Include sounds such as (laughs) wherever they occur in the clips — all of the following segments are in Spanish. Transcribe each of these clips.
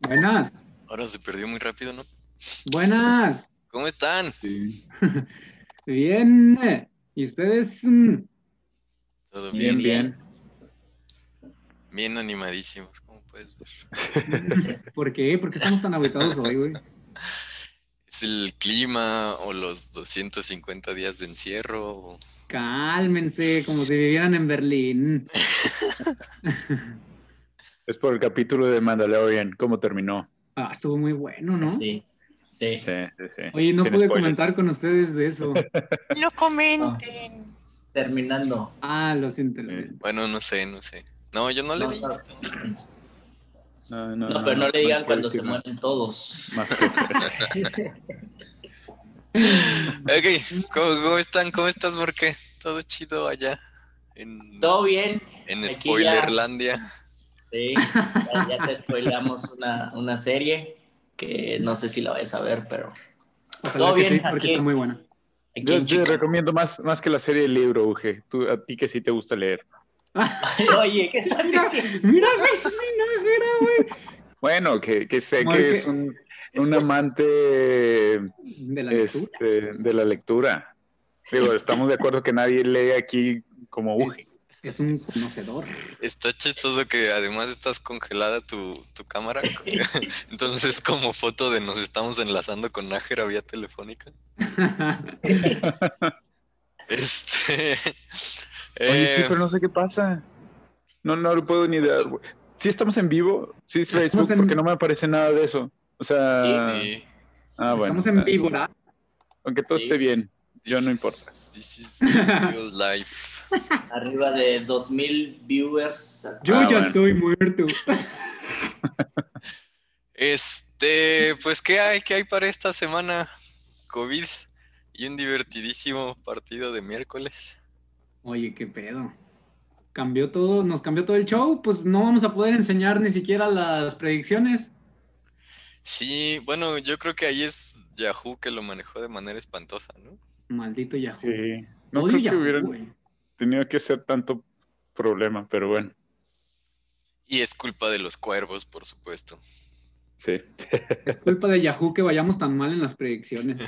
Buenas, Ahora se perdió muy rápido, ¿no? buenas, ¿Cómo están? Sí. bien. eh. ¿Y ustedes? Mm, Todo Bien, bien, bien. bien animadísimos, como puedes ver. ¿Por qué? ¿Por qué estamos tan aguitados hoy, güey? Es el clima o los 250 días de encierro. o- Cálmense, como si vivieran en Berlín. Es por el capítulo de Mandalorian, cómo terminó. Ah, estuvo muy bueno, ¿no? Sí, sí. Sí, sí, sí. Oye, no Sin pude spoilers. comentar con ustedes de eso. No comenten. Terminando. Ah, lo siento, lo siento. Bueno, no sé, no sé. No, yo no le he No, visto. No, No, pero no le digan cuando se spoilers, mueren todos. más que- (laughs) Ok, ¿cómo, cómo están? ¿Cómo estás, Borque? Todo chido allá. En, ¿Todo bien? en Aquí Spoilerlandia. Sí. Ya, ya te spoileamos una, una serie que no sé si la vayas a ver, pero Ojalá Todo que bien, sí, porque aquí. está muy buena. aquí Yo en te Chicago- recomiendo más, más que la serie del libro, Uge. Tú, a ti que sí te gusta leer. (laughs) Oye, ¿qué estás Mira, diciendo? mira, güey, sí, no, mira, güey. Bueno, que, que sé Como el que que- es un, un amante De la lectura. este, de la lectura. Digo, estamos de acuerdo que nadie lee aquí como Uge. Es, es un conocedor. Está chistoso que además estás congelada tu, tu (laughs) cámara. Entonces es como foto de nos estamos enlazando con Nájera vía telefónica. Este. Oye, sí, eh, pero no sé qué pasa. No, no lo puedo Pues, ni dar. güey. Sí estamos en vivo, sí es Estamos Facebook, en- porque no me aparece nada de eso. O sea, sí. ah, bueno. Estamos en vivo, ¿verdad? Aunque todo esté bien. Yo no This is- This (laughs) is real life. Arriba de 2000 viewers. Yo Ah, ya bueno. estoy muerto. Este, pues, ¿qué hay? ¿Qué hay para esta semana? COVID y un divertidísimo partido de miércoles. Oye, qué pedo. Cambió todo, nos cambió todo el show, pues no vamos a poder enseñar ni siquiera las predicciones. Sí, bueno, yo creo que ahí es Yahoo que lo manejó de manera espantosa, ¿no? Maldito Yahoo. Sí. No Odio creo que Yahoo, hubieran güey. tenido que ser tanto problema, pero bueno, Y es culpa de los cuervos, por supuesto. sí. Es culpa de Yahoo que vayamos tan mal en las predicciones.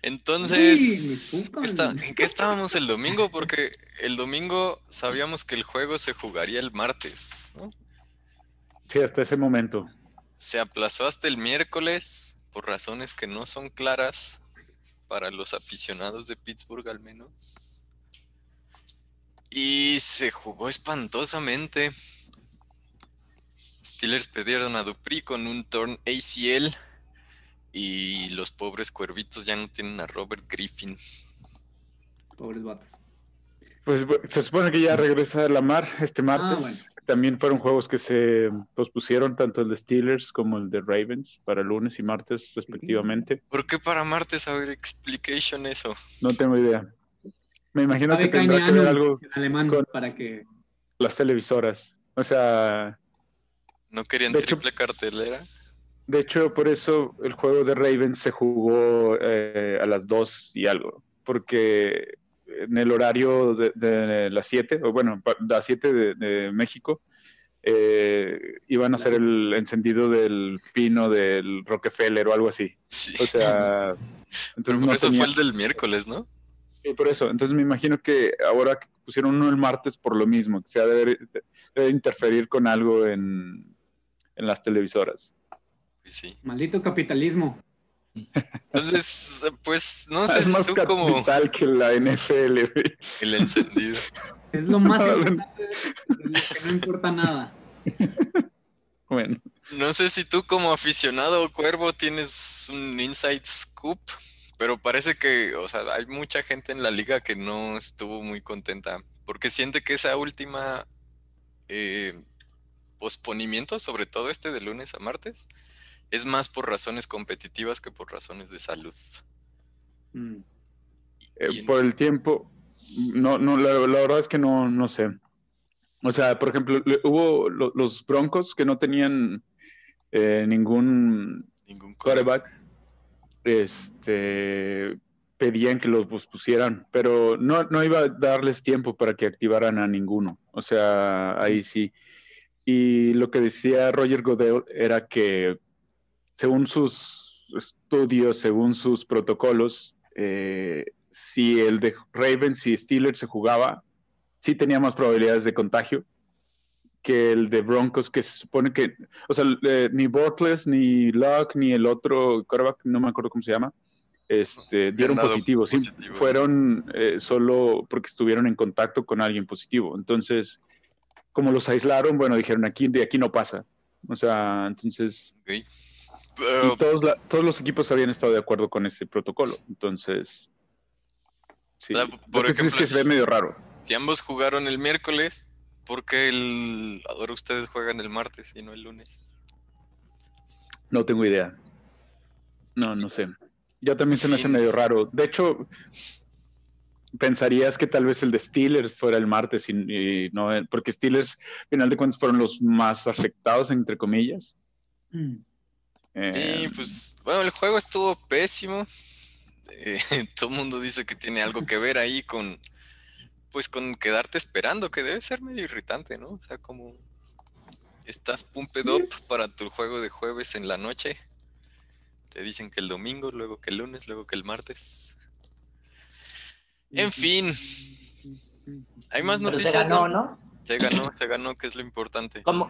Entonces, Uy, me tocan. está- ¿en qué estábamos el domingo? Porque el domingo sabíamos que el juego se jugaría el martes, ¿no? Sí, hasta ese momento. Se aplazó hasta el miércoles por razones que no son claras para los aficionados de Pittsburgh al menos. Y se jugó espantosamente. Steelers perdieron a Dupri con un turn ACL y los pobres cuervitos ya no tienen a Robert Griffin. Pobres vatos. Pues bu- se supone que ya regresa la mar este martes. Ah, bueno. También fueron juegos que se pospusieron, tanto el de Steelers como el de Ravens, para lunes y martes respectivamente. ¿Por qué para martes? A ver, explication eso. No tengo idea. Me imagino que Sabe tendrá que Cañano ver algo en alemán con- para que. las televisoras. O sea, ¿No querían De hecho- triple cartelera? de hecho, por eso el juego de Ravens se jugó eh, a las 2 y algo, porque en el horario de, de las 7, o bueno, pa- las 7 de, de México, eh, iban a hacer el encendido del pino del Rockefeller o algo así. Sí. (laughs) O sea, Pero por entonces pues, no eso tenía- fue el del miércoles, ¿no? Sí, por eso. Entonces me imagino que ahora que pusieron uno el martes por lo mismo, que se ha de, ver- debe interferir con algo en, en las televisoras. Pues sí. Maldito capitalismo. Entonces, pues no sé (laughs) Ah, es si más tú capital como que la NFL. güey. (laughs) el encendido. Es lo (laughs) más No, importante, es lo que no importa nada. Bueno, No sé si tú como aficionado o cuervo tienes un inside scoop, pero parece que, o sea, hay mucha gente en la liga que no estuvo muy contenta porque siente que esa última eh, posponimiento, sobre todo este de lunes a martes, es más por razones competitivas que por razones de salud. Mm. eh, Y en- por el tiempo, no, no, la, la verdad es que no, no sé. O sea, por ejemplo, le- hubo lo- los Broncos que no tenían eh, ningún Ningún quarterback este, pedían que los pospusieran, pero no, no iba a darles tiempo para que activaran a ninguno. O sea, ahí sí. Y lo que decía Roger Godel era que según sus estudios, según sus protocolos, eh, si el de Ravens y Steelers se jugaba, sí tenía más probabilidades de contagio que el de Broncos, que se supone que, o sea, eh, ni Bortles, ni Luck, ni el otro quarterback, no me acuerdo cómo se llama, este, dieron dado positivo. Sí, positivo. fueron eh, solo porque estuvieron en contacto con alguien positivo. Entonces, como los aislaron, bueno, dijeron aquí, de aquí no pasa. O sea, entonces, Ok. Pero, y todos, la- todos los equipos habían estado de acuerdo con ese protocolo. Entonces, sí. Ah, por Lo que sí es ejemplo, que se ve es- medio raro. si ambos jugaron el miércoles, ¿por qué el... ahora ustedes juegan el martes y no el lunes? No tengo idea. No, no sé. Ya también se me hace Sí. medio raro. De hecho, pensarías que tal vez el de Steelers fuera el martes y, y no, el- porque Steelers, al final de cuentas, fueron los más afectados, entre comillas. Mm. Eh, Y pues, bueno, el juego estuvo pésimo. Eh, (laughs) todo el mundo dice que tiene algo que ver ahí con, pues, con quedarte esperando, que debe ser medio irritante, ¿no? O sea, como estás pumped up para tu juego de jueves en la noche. Te dicen que el domingo, luego que el lunes, luego que el martes. En fin, hay más Pero se noticias. ganó, del- ¿no? Se ganó, se ganó, que es lo importante. ¿Cómo,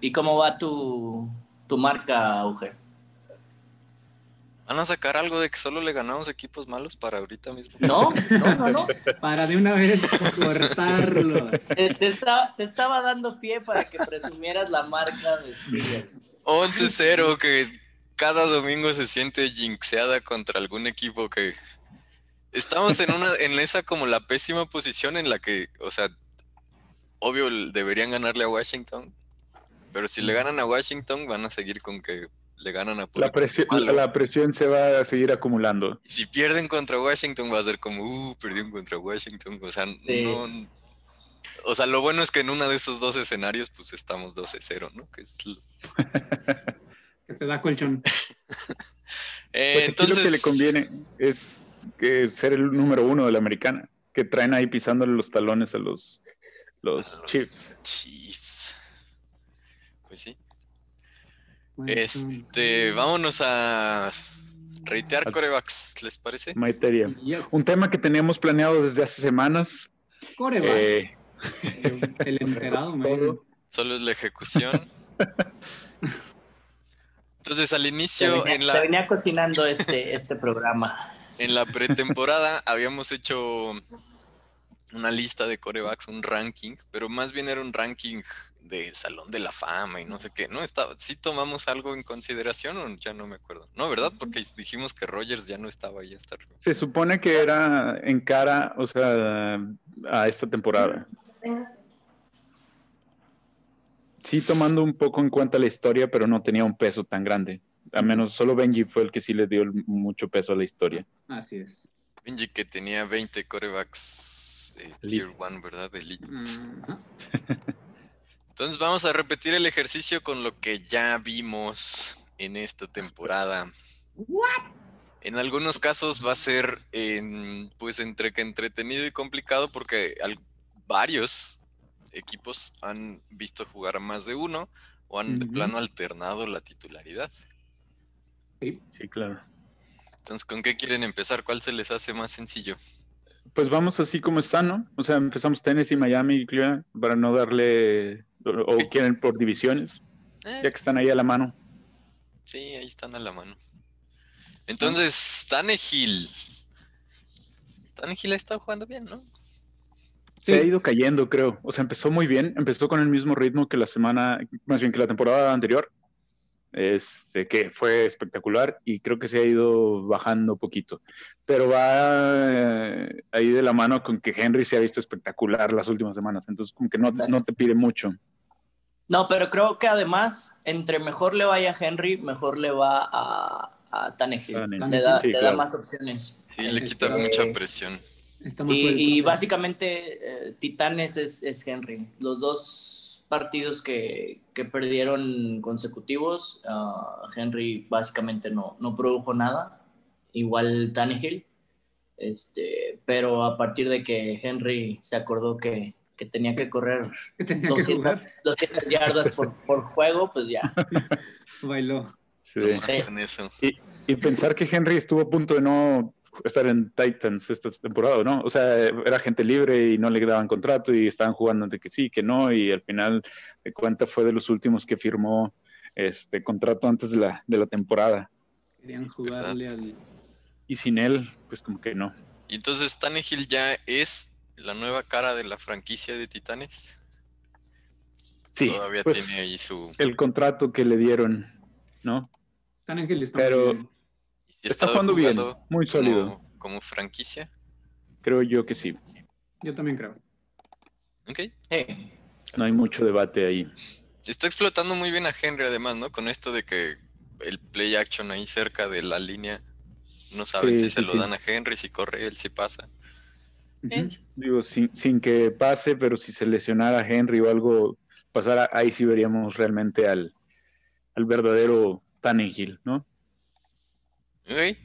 ¿Y cómo va tu, tu marca, Auge? ¿Van a sacar algo de que solo le ganamos equipos malos para ahorita mismo? ¿No? No, no, no. Para de una vez (laughs) cortarlos. Te, te estaba, te estaba dando pie para que presumieras la marca de Steelers. 11-0 que cada domingo se siente jinxeada contra algún equipo que estamos en una en esa como la pésima posición en la que, o sea, obvio l- deberían ganarle a Washington, pero si le ganan a Washington van a seguir con que le ganan a puro la, presión, malo. la presión se va a seguir acumulando. Y si pierden contra Washington va a ser como, uh, perdieron contra Washington, o sea, Sí. no o sea, lo bueno es que en uno de esos dos escenarios pues estamos 12-0, ¿no? Que es l- Que te da colchón. Eh, Pues aquí lo que le entonces conviene es que ser el número uno de la americana, que traen ahí pisándole los talones a los, los Los Chiefs. Chiefs. Pues sí. Bueno, Este, vámonos a reitear Al- corebacks, ¿les parece? Maiteria. yes. Un tema que teníamos planeado desde hace semanas. Coreback. eh, (laughs) el enterado, me dicen. Solo es la (laughs) ejecución. Entonces, al Se inicio, venía, en se la, venía (laughs) cocinando este, este programa. en la pretemporada, habíamos hecho una lista de corebacks, un ranking, pero más bien era un ranking de Salón de la Fama y no sé qué. ¿No estaba? ¿Sí tomamos algo en consideración o ya no me acuerdo? No, ¿verdad? Porque dijimos que Rogers ya no estaba ahí hasta arriba. se supone que era en cara, o sea, a esta temporada. Sí, tomando un poco en cuenta la historia, pero no tenía un peso tan grande. A menos solo Benji fue el que sí le dio el- mucho peso a la historia. Así es. Benji que tenía 20 corebacks eh, Tier 1, ¿verdad? Elite. Ajá. Entonces vamos a repetir el ejercicio con lo que ya vimos en esta temporada. En algunos casos va a ser en, pues entre que entretenido y complicado porque al- varios equipos han visto jugar a más de uno o han de Ujú. plano alternado la titularidad. Sí, claro. Entonces, ¿con qué quieren empezar? ¿Cuál se les hace más sencillo? Pues vamos así como está, ¿no? O sea, empezamos Tennessee, Miami y Cleveland para no darle, o, o quieren por divisiones, Eh, ya que están ahí a la mano. Sí, ahí están a la mano. Entonces, Tannehill. Tannehill ha estado jugando bien, ¿no? Sí. Se ha ido cayendo, creo. O sea, empezó muy bien, empezó con el mismo ritmo que la semana, más bien que la temporada anterior, este, que fue espectacular y creo que se ha ido bajando poquito. Pero va eh, ahí de la mano con que Henry se ha visto espectacular las últimas semanas, entonces como que no, Exacto. no te pide mucho. No, pero creo que además, entre mejor le vaya a Henry, mejor le va a, a Tannehill. Tannehill. Le da, Sí, le da claro. más opciones. Sí, le Este, quita mucha presión. Está más Y, suelto. y básicamente, eh, Titanes es, es Henry. Los dos dos partidos que, que perdieron consecutivos, uh, Henry básicamente no, no produjo nada, igual Tannehill, este, pero a partir de que Henry se acordó que, que tenía que correr Que (laughs) tenía que 200, jugar. 200 yardas por, por juego, pues ya. Bailó. Sí. Nomás Sí. con eso. Y pensar que Henry estuvo a punto de no estar en Titans esta temporada, ¿no? O sea, era gente libre y no le daban contrato y estaban jugando de que sí, que no, y al final de cuenta fue de los últimos que firmó este contrato antes de la, de la temporada. Querían jugarle al. Y sin él, pues como que no. Y entonces Tannehill ya es la nueva cara de la franquicia de Titanes. Sí, Todavía pues, tiene ahí su. el contrato que le dieron, ¿no? Tan Ángel está Pero- muy bien. y ha Está estado jugando bien, jugando muy sólido, Como, como franquicia. creo yo que sí. Yo también creo. Ok. Hey, No hay mucho debate ahí. Está explotando muy bien a Henry, además, ¿no? Con esto de que el play action ahí cerca de la línea. No saben Sí, si se sí, lo sí. dan a Henry, si corre él, si pasa. Ujú. Digo, sin, sin que pase, pero si se lesionara a Henry o algo pasara, ahí sí veríamos realmente al, al verdadero Tannenhill, ¿no? Ok.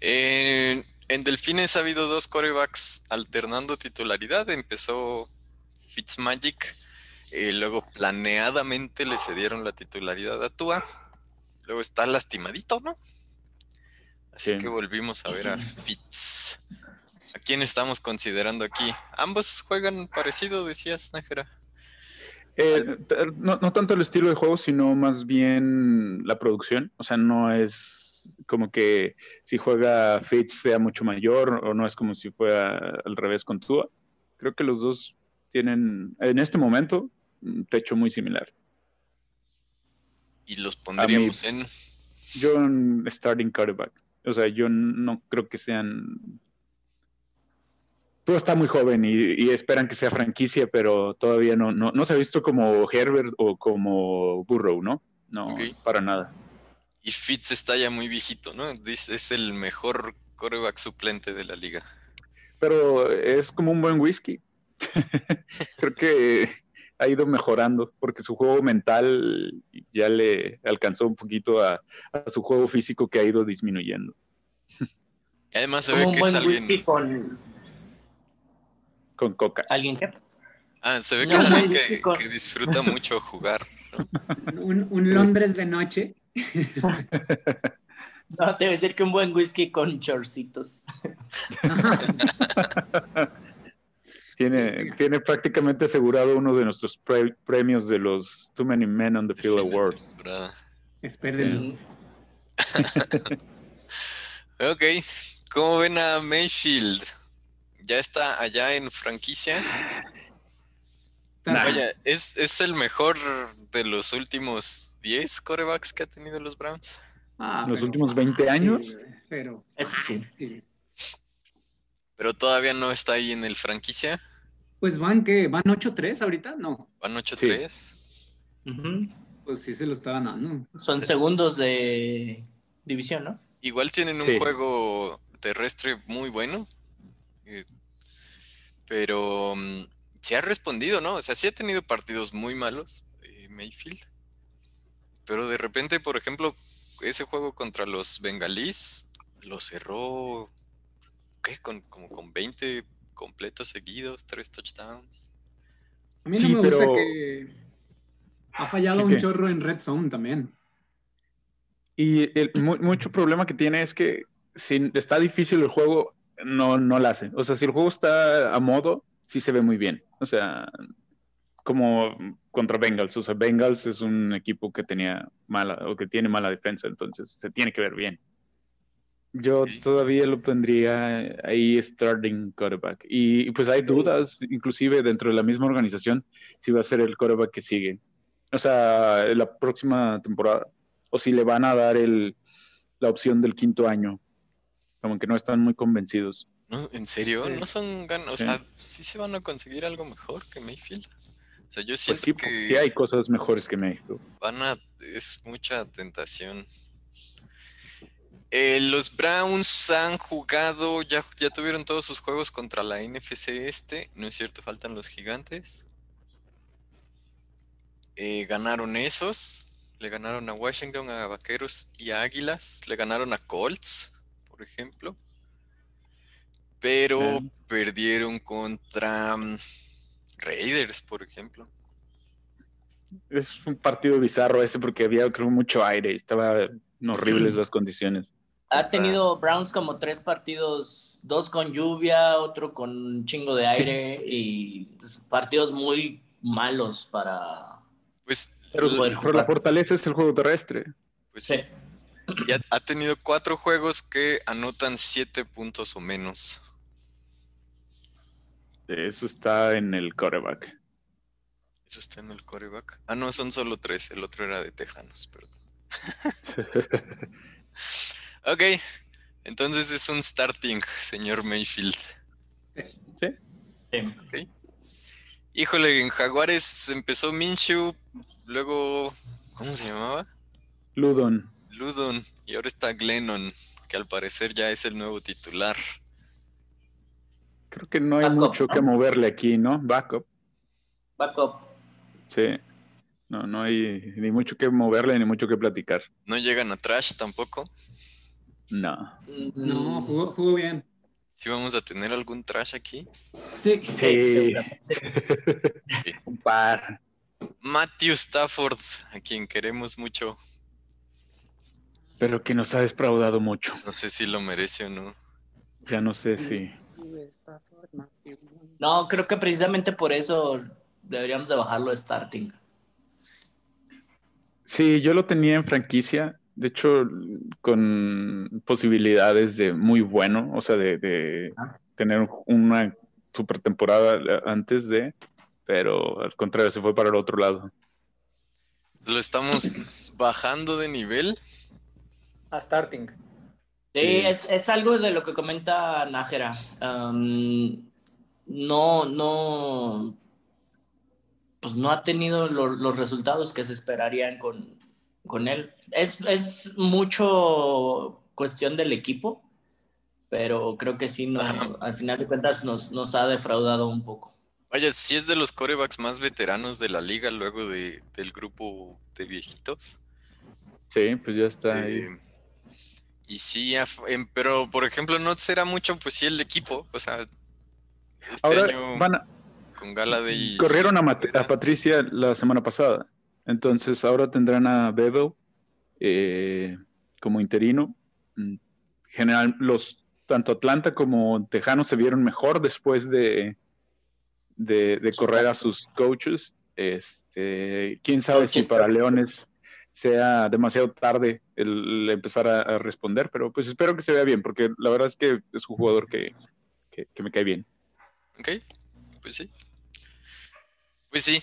En, en Delfines ha habido dos corebacks alternando titularidad. Empezó Fitzmagic, eh, luego planeadamente le cedieron la titularidad a Tua. Luego está lastimadito, ¿no? Así Sí. que volvimos a ver a Fitz. ¿A quién estamos considerando aquí? Ambos juegan parecido, decías, Nájera. Eh, t- no, no tanto el estilo de juego, sino más bien la producción. O sea, no es como que si juega Fitz sea mucho mayor o no es como si fuera al revés con Tua. Creo que los dos tienen, en este momento, un techo muy similar. Y los pondríamos en. Yo en starting quarterback. O sea, yo no creo que sean. Tú está muy joven y, y esperan que sea franquicia, pero todavía no, no, no se ha visto como Herbert o como Burrow, ¿no? No, Ok. para nada. Y Fitz está ya muy viejito, ¿no? Dice, es el mejor coreback suplente de la liga. Pero es como un buen whisky. (laughs) creo que ha ido mejorando porque su juego mental ya le alcanzó un poquito a, a su juego físico que ha ido disminuyendo. Y además se ve como un que es buen alguien. whisky con Con coca. alguien que Ah, se ve que No, es no, alguien yo que, sí con- que disfruta mucho jugar. Un, un Londres de noche. No, debe ser que un buen whisky con chorcitos. Tiene, tiene prácticamente asegurado uno de nuestros pre- premios de los Too Many Men on the Field Awards. temporada. Espérenlo. Ok, ¿cómo ven a Mayfield? Ya está allá en franquicia. Tan- Nah. Vaya, es, es el mejor de los últimos 10 corebacks que ha tenido los Browns. Ah, Los pero últimos 20 fácil, años. güey, pero Eso sí. fácil. Pero todavía no está ahí en el franquicia. Pues van que van 8-3 ahorita, no. Van 8-3. Ujú. Pues sí se lo estaban dando. Son segundos de división, ¿no? Igual tienen un Sí. juego terrestre muy bueno. eh, Pero mm, se ha respondido, ¿no? O sea, sí ha tenido partidos muy malos, eh, Mayfield. Pero de repente, por ejemplo, ese juego contra los bengalíes lo cerró, ¿qué? Con, como con 20 completos seguidos, tres touchdowns. A mí no Sí, me gusta pero- que ha fallado ¿Qué, un qué? chorro en Red Zone también. Y el mu- mucho problema que tiene es que si está difícil el juego, no, no la hace. O sea, si el juego está a modo, sí se ve muy bien. O sea, como contra Bengals. O sea, Bengals es un equipo que tenía mala o que tiene mala defensa, entonces se tiene que ver bien. Yo Sí. todavía lo pondría ahí starting quarterback. Y, y pues hay dudas, inclusive dentro de la misma organización, si va a ser el quarterback que sigue. O sea, la próxima temporada. O si le van a dar el, la opción del quinto año. Como que no están muy convencidos. No, en serio, Sí. no son ganas. O Sí. sea, sí se van a conseguir algo mejor que Mayfield. O sea, yo Pues siento sí, que. porque sí hay cosas mejores que México. Van a, es mucha tentación. Eh, los Browns han jugado, ya, ya tuvieron todos sus juegos contra la NFC este, ¿no es cierto? Faltan los gigantes. eh, ganaron esos, le ganaron a Washington, a Vaqueros y a Águilas, le ganaron a Colts, por ejemplo, pero Bien. perdieron contra mm, Raiders, por ejemplo. Es un partido bizarro ese porque había, creo, mucho aire y estaban horribles las condiciones. Ha tenido Browns como tres partidos, dos con lluvia, otro con un chingo de aire y pues, partidos muy malos para... Pues, Pero, l- Bueno, pero la fortaleza es el juego terrestre. pues Sí. sí. Y ha, ha tenido cuatro juegos que anotan siete puntos o menos. Eso está en el coreback. Eso está en el coreback. Ah, no, son solo tres. El otro era de Tejanos, perdón. Ok, entonces es un starting, señor Mayfield. Sí. Híjole, en Jaguares empezó Minshew, luego, ¿cómo se llamaba? Ludon. Ludon, y ahora está Glennon, que al parecer ya es el nuevo titular. Creo que no hay Backup. mucho que moverle aquí, ¿no? Backup. Backup. Sí. No, no hay ni mucho que moverle ni mucho que platicar. No llegan a Trash tampoco. No. No, Mm, jugó, jugó bien. Si vamos a tener algún Trash aquí. Sí, Sí. (laughs) Un par. Matthew Stafford, a quien queremos mucho. Pero que nos ha despraudado mucho. No sé si lo merece o no. Ya no sé si. No, creo que precisamente por eso deberíamos de bajarlo a starting. Sí, yo lo tenía en franquicia, de hecho, con posibilidades de muy bueno, o sea, de, de Ah. tener una super temporada antes de, pero al contrario, se fue para el otro lado. Lo estamos (clears throat) bajando de nivel. A starting. Sí. Sí, Es, es algo de lo que comenta Nájera. Am, no, no, pues no ha tenido lo- los resultados que se esperarían con, con él. Es, es mucho cuestión del equipo, pero creo que sí, no, Ajá. al final de cuentas nos, nos ha defraudado un poco. Vaya, si es de los corebacks más veteranos de la liga luego de, del grupo de viejitos. Sí, pues ya está ahí. Eh, y sí, af- em, pero por ejemplo, no será mucho, pues sí, el equipo. O sea, este Ahora año van a- con Galladay y corrieron a, su- Mat- a Patricia la semana pasada, entonces ahora tendrán a Bevel eh, como interino. Mm, General, los tanto Atlanta como Tejanos se vieron mejor después de, de, de correr a sus coaches. Este, quién sabe si Coaches, para coaches. Leones sea demasiado tarde el empezar a, a responder, pero pues espero que se vea bien, porque la verdad es que es un jugador que, que- que me cae bien. Ok, pues sí. Pues sí,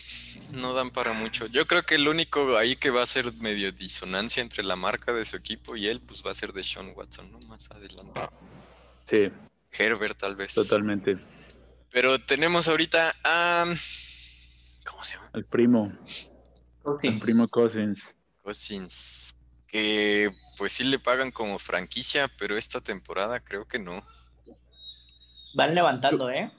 no dan para mucho. Yo creo que el único ahí que va a ser medio disonancia entre la marca de su equipo y él, pues va a ser de Sean Watson, ¿no? Más adelante. Sí, Herbert, tal vez. totalmente. Pero tenemos ahorita a. ¿Cómo se llama? El primo, el primo Cousins. Cousins. Que pues sí le pagan como franquicia, pero esta temporada creo que no. Van levantando, ¿eh?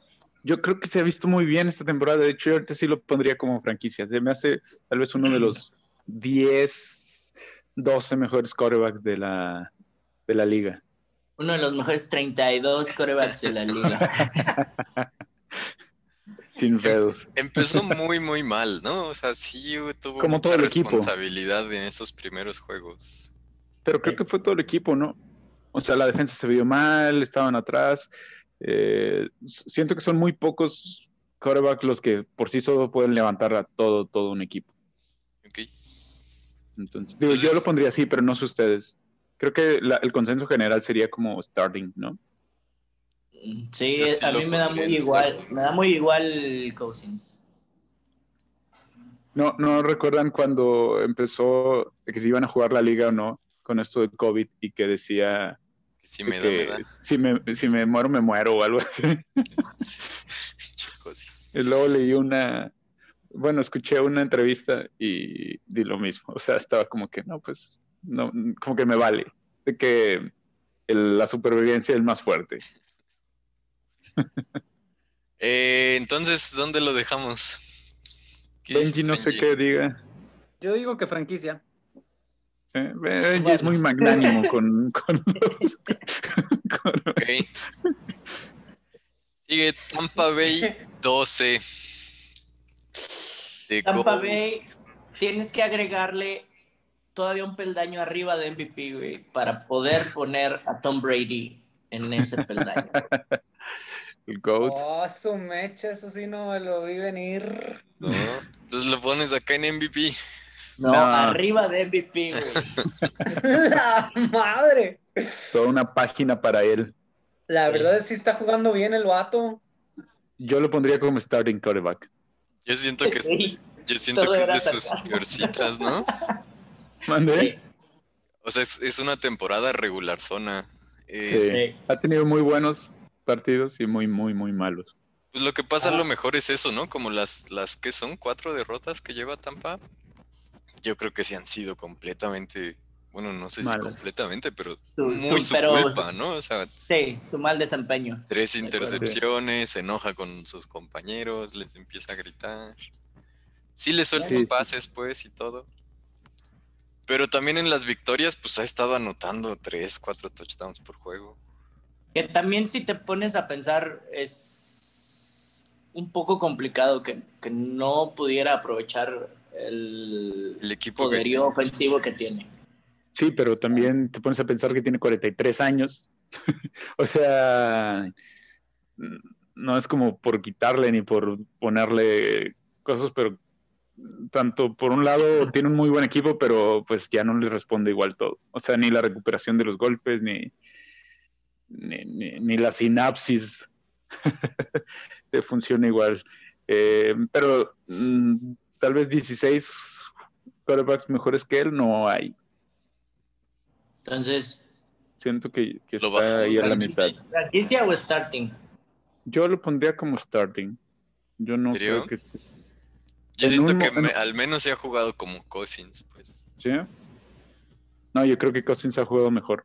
Yo creo que se ha visto muy bien esta temporada. De hecho, yo ahorita sí lo pondría como franquicia. Se me hace tal vez uno de los 10, 12 mejores quarterbacks de la, de la liga. Uno de los mejores 32 corebacks de la liga. Sin pedos. (laughs) Empezó muy, muy mal, ¿no? O sea, sí tuvo Como mucha todo el equipo. responsabilidad en esos primeros juegos. Pero creo que fue todo el equipo, ¿no? O sea, la defensa se vio mal, estaban atrás. Eh, siento que son muy pocos quarterbacks los que por sí solo pueden levantar a todo, todo un equipo. Ok. Entonces, digo, yo lo pondría así, pero no sé ustedes. Creo que la- el consenso general sería como starting, ¿no? Sí, Yo sí a lo mí me da pondría muy en igual. starting. Me da muy igual Cousins. No, no recuerdan cuando empezó que si iban a jugar la liga o no con esto de COVID y que decía Sí, me da, que me da. Si, me, si me muero, me muero o algo así. Chico, sí. Y luego leí una, bueno, escuché una entrevista y di lo mismo. O sea, estaba como que no, pues, no, como que me vale. De que el- la supervivencia es el más fuerte. Eh, entonces, ¿dónde lo dejamos? ¿Qué dices, Benji no sé Benji? qué diga. Yo digo que franquicia. Sí, Benji es muy magnánimo con, con los- con- Ok. Sigue Tampa Bay (laughs) 12. De Tampa Gold. Bay, tienes que agregarle todavía un peldaño arriba de MVP, güey, para poder poner a Tom Brady en ese peldaño. (laughs) el GOAT. Oh, su mecha, eso sí no me lo vi venir. (laughs) ¿no? Entonces lo pones acá en MVP. No, No. arriba de (laughs) MVP, güey. La madre. Toda una página para él. La verdad es que sí está jugando bien el vato. Yo lo pondría como starting quarterback. (laughs) Yo siento que, Sí, yo siento todo que es era de sus atacar. peorcitas, ¿no? ¿Mande? sí, O sea, es, es una temporada regular zona. Eh, Sí. Ha tenido muy buenos partidos y muy, muy, muy malos. Pues lo que pasa a Ah. lo mejor es eso, ¿no? Como las, las que son cuatro derrotas que lleva Tampa. Yo creo que sí han sido completamente, bueno, no sé si Malas. completamente, pero Su- muy su- su pero- culpa, ¿no? O sea, sí, su mal desempeño. tres acuerdo. intercepciones, se enoja con sus compañeros, les empieza a gritar. Sí le sueltan Sí. pases, pues, y todo. Pero también en las victorias, pues ha estado anotando tres, cuatro touchdowns por juego. Que también si te pones a pensar es un poco complicado que, que no pudiera aprovechar el, El equipo que poderío ofensivo que tiene. Sí, pero también te pones a pensar que tiene 43 años. (laughs) o sea, n- no es como por quitarle ni por ponerle cosas, pero tanto por un lado tiene un muy buen equipo, pero pues ya no le responde igual todo. O sea, ni la recuperación de los golpes, ni, ni, ni- ni la sinapsis (laughs) te funciona igual. Eh, pero mm, tal vez 16 quarterbacks mejores que él no hay Entonces, siento que, que Lo está ahí a la bajamos. mitad. franquicia o starting. Yo lo pondría como starting. Yo no ¿En serio? creo que esté. Yo En siento un que mo- me- en- al menos se ha jugado como Cousins, pues. ¿sí? No, yo creo que Cousins ha jugado mejor.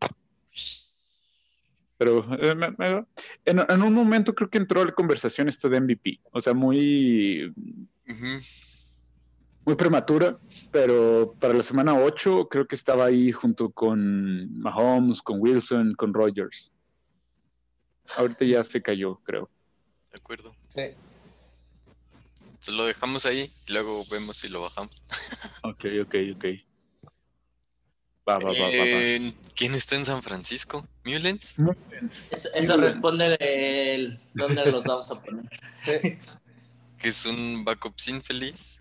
Pero eh, me- me- en, en un momento creo que entró la conversación esto de MVP. O sea, muy, Ujú. muy prematura, pero para la semana 8 creo que estaba ahí junto con Mahomes, con Wilson, con Rogers. Ahorita ya se cayó, creo. De acuerdo. Sí. Entonces lo dejamos ahí y luego vemos si lo bajamos. Ok, ok, ok. Va, va, va, va, va. Eh, ¿Quién está en San Francisco? ¿Mullens? Es- eso responde el dónde los vamos a poner. Que es un backup sin feliz.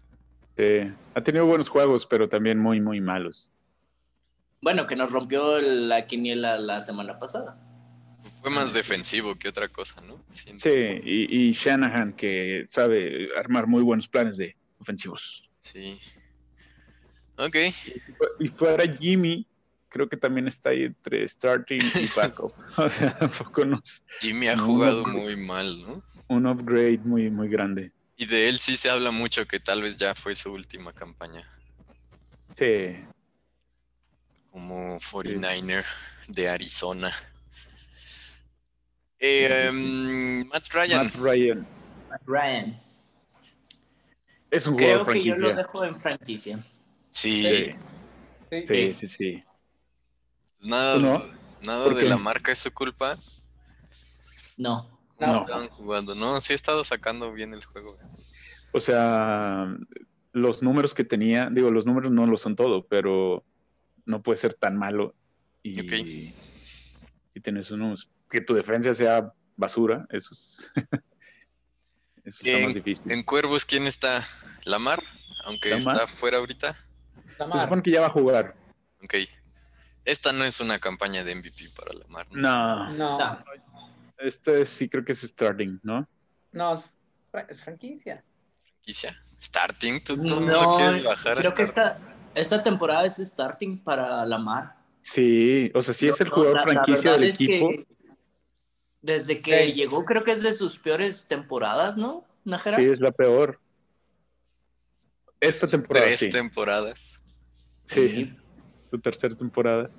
Sí, ha tenido buenos juegos, pero también muy, muy malos. Bueno, que nos rompió la quiniela la semana pasada. Fue Mm. más defensivo que otra cosa, ¿no? Siento. Sí, y, y Shanahan, que sabe armar muy buenos planes de ofensivos. Sí. Ok. Y fuera Jimmy, creo que también está ahí entre starting (laughs) y backup. (laughs) o sea, tampoco nos- Jimmy ha No, jugado no. muy mal, ¿no? un upgrade muy, muy grande. Y de él sí se habla mucho que tal vez ya fue su última campaña Sí, como 49er de Arizona. Eh, em, Matt Ryan. Matt Ryan Ryan, es un creo jugador que yo lo franquicia. dejo en franquicia. Sí. Sí, Sí, sí, sí. Nada, ¿Tú no? nada ¿Por de qué? la marca es su culpa. No, ¿Cómo No. estaban jugando? No, sí he estado sacando bien el juego. O sea, los números que tenía, digo, los números no lo son todo, pero no puede ser tan malo. Y, Ok. y tenés unos. Que tu defensa sea basura, eso es. (laughs) eso está En- más difícil. En Cuervos, ¿quién está? Lamar, aunque Lamar. está fuera ahorita. Se Lamar. supone que ya va a jugar. Ok. Esta no es una campaña de MVP para Lamar. ¿no? No, No, no. este sí creo que es starting, ¿no? no, es fra- es franquicia. Franquicia. Starting, tú, tú no No, quieres bajar a creo que starting? esta, esta temporada es starting para Lamar. Sí, o sea, sí es el No, jugador la- la franquicia del verdad es que equipo. desde que Sí. llegó, creo que es de sus peores temporadas, ¿no? Najera. Sí, es la peor. Esta temporada, Tres sí. temporadas. sí, tu tercera temporada.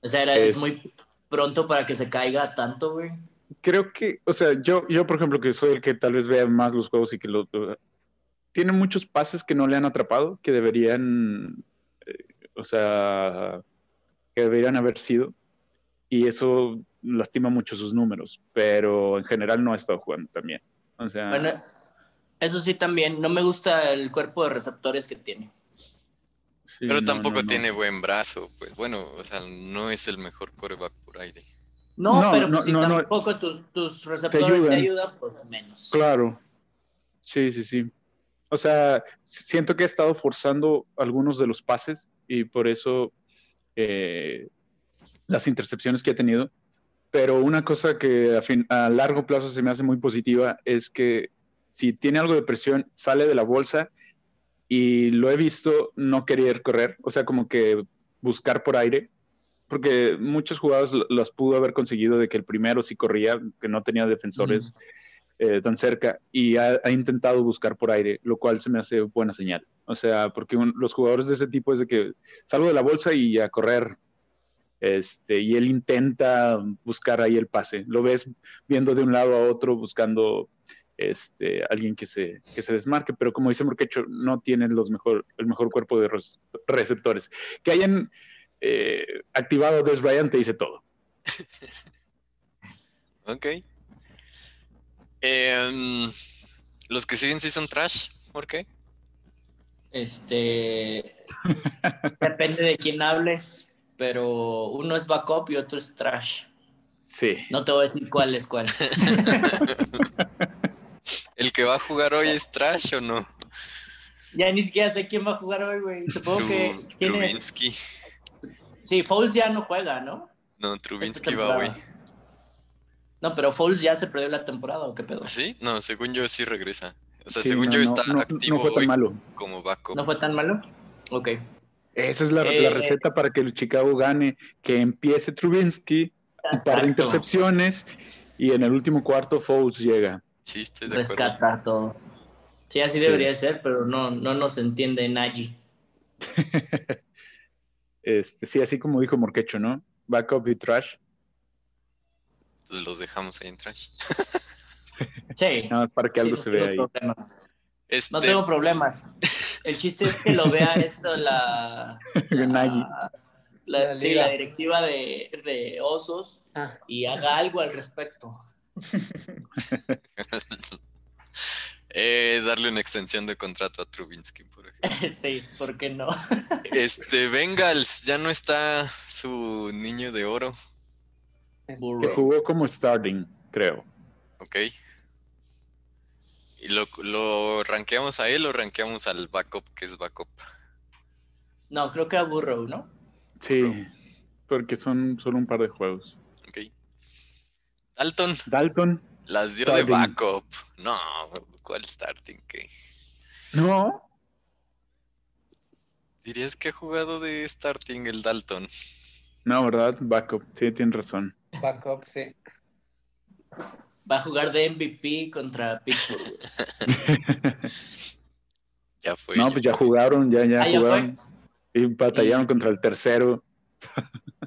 O sea, era- Es- es... muy pronto para que se caiga tanto, güey. creo que, o sea, yo, yo por ejemplo, que soy el que tal vez vea más los juegos y que lo, tiene muchos pases que no le han atrapado, que deberían, eh, o sea, que deberían haber sido. Y eso lastima mucho sus números, pero en general no ha estado jugando también. O sea, Bueno, eso sí también, no me gusta el cuerpo de receptores que tiene. sí, Pero no, tampoco no, no. tiene buen brazo, pues bueno, o sea, no es el mejor coreback por aire. No, No, pero no, pues, si no, no. tampoco Tus, tus receptores te ayudan. ayudan, pues menos. Claro. Sí, sí, sí. O sea, siento que he estado forzando algunos de los pases y por eso eh, las intercepciones que he tenido. Pero una cosa que a, fin- a largo plazo se me hace muy positiva es que si tiene algo de presión, sale de la bolsa y lo he visto no querer correr, o sea, como que buscar por aire, porque muchos jugadores lo- los pudo haber conseguido de que el primero sí corría, que no tenía defensores eh, tan cerca y ha, ha intentado buscar por aire, lo cual se me hace buena señal. O sea, porque un- los jugadores de ese tipo es de que salgo de la bolsa y a correr. Este, y él intenta buscar ahí el pase. Lo ves viendo de un lado a otro, buscando este, alguien que se, que se desmarque. Pero como dice Morquecho, no tienen los mejor, el mejor cuerpo de res- receptores. Que hayan eh, activado a Des Bryant te dice todo. Ok. Em, los que siguen sí son trash, ¿por qué? Este. (laughs) depende de quién hables, pero uno es backup y otro es trash. Sí. No te voy a decir cuál (laughs) es cuál. ¿El que va a jugar hoy es trash o no? ya ni siquiera sé quién va a jugar hoy, güey. Supongo que Tru- tiene. Trubinsky. Sí, Foles ya no juega, ¿no? No, Esta Trubinsky va hoy. temporada. No, pero Foles ya se perdió la temporada, ¿o qué pedo? ¿Ah, ¿Sí? No, según yo sí regresa. O sea, Pues Sí, según no, yo no, está no- activo no fue tan hoy malo. como backup. ¿No fue tan malo? Ok. Esa es la, la Eh, receta para que el Chicago gane, que empiece Trubinsky, un par de Exacto. intercepciones y en el último cuarto Foles llega. Sí, estoy de acuerdo. Rescatar todo. Sí, así Sí. debería ser, pero no, no nos entiende Nagy. Este, sí, así como dijo Morquecho, ¿no? Backup y trash, Entonces los dejamos ahí en trash. Sí. nada más para que Sí, algo no se vea tengo ahí. problemas. Este, No tengo problemas. El chiste es que (laughs) lo vea esto la. la- Nagy. la- La sí, liga. la directiva de, de Osos Ah, y haga algo al respecto. (laughs) eh, darle una extensión de contrato a Trubinsky, por ejemplo. (laughs) sí, ¿por qué no? Este, Bengals, ya no está su niño de oro, Que Burrow. jugó como starting, creo. ¿ok? ¿Y lo, lo ranqueamos a él o ranqueamos al backup, que es backup? No, creo que a Burrow, ¿no? Sí, porque son solo un par de juegos. ¿Ok? Dalton Dalton, las dio de Starting. backup. No, ¿cuál starting? ¿Qué? no, ¿Dirías que ha jugado de starting el Dalton? no, ¿verdad? Backup, sí, tienes razón. backup, sí. Va a jugar de MVP contra Pittsburgh. güey. Ya fue. No, pues ya jugaron, ya, ya Ah, ya jugaron. fue. Y batallaron contra el tercero.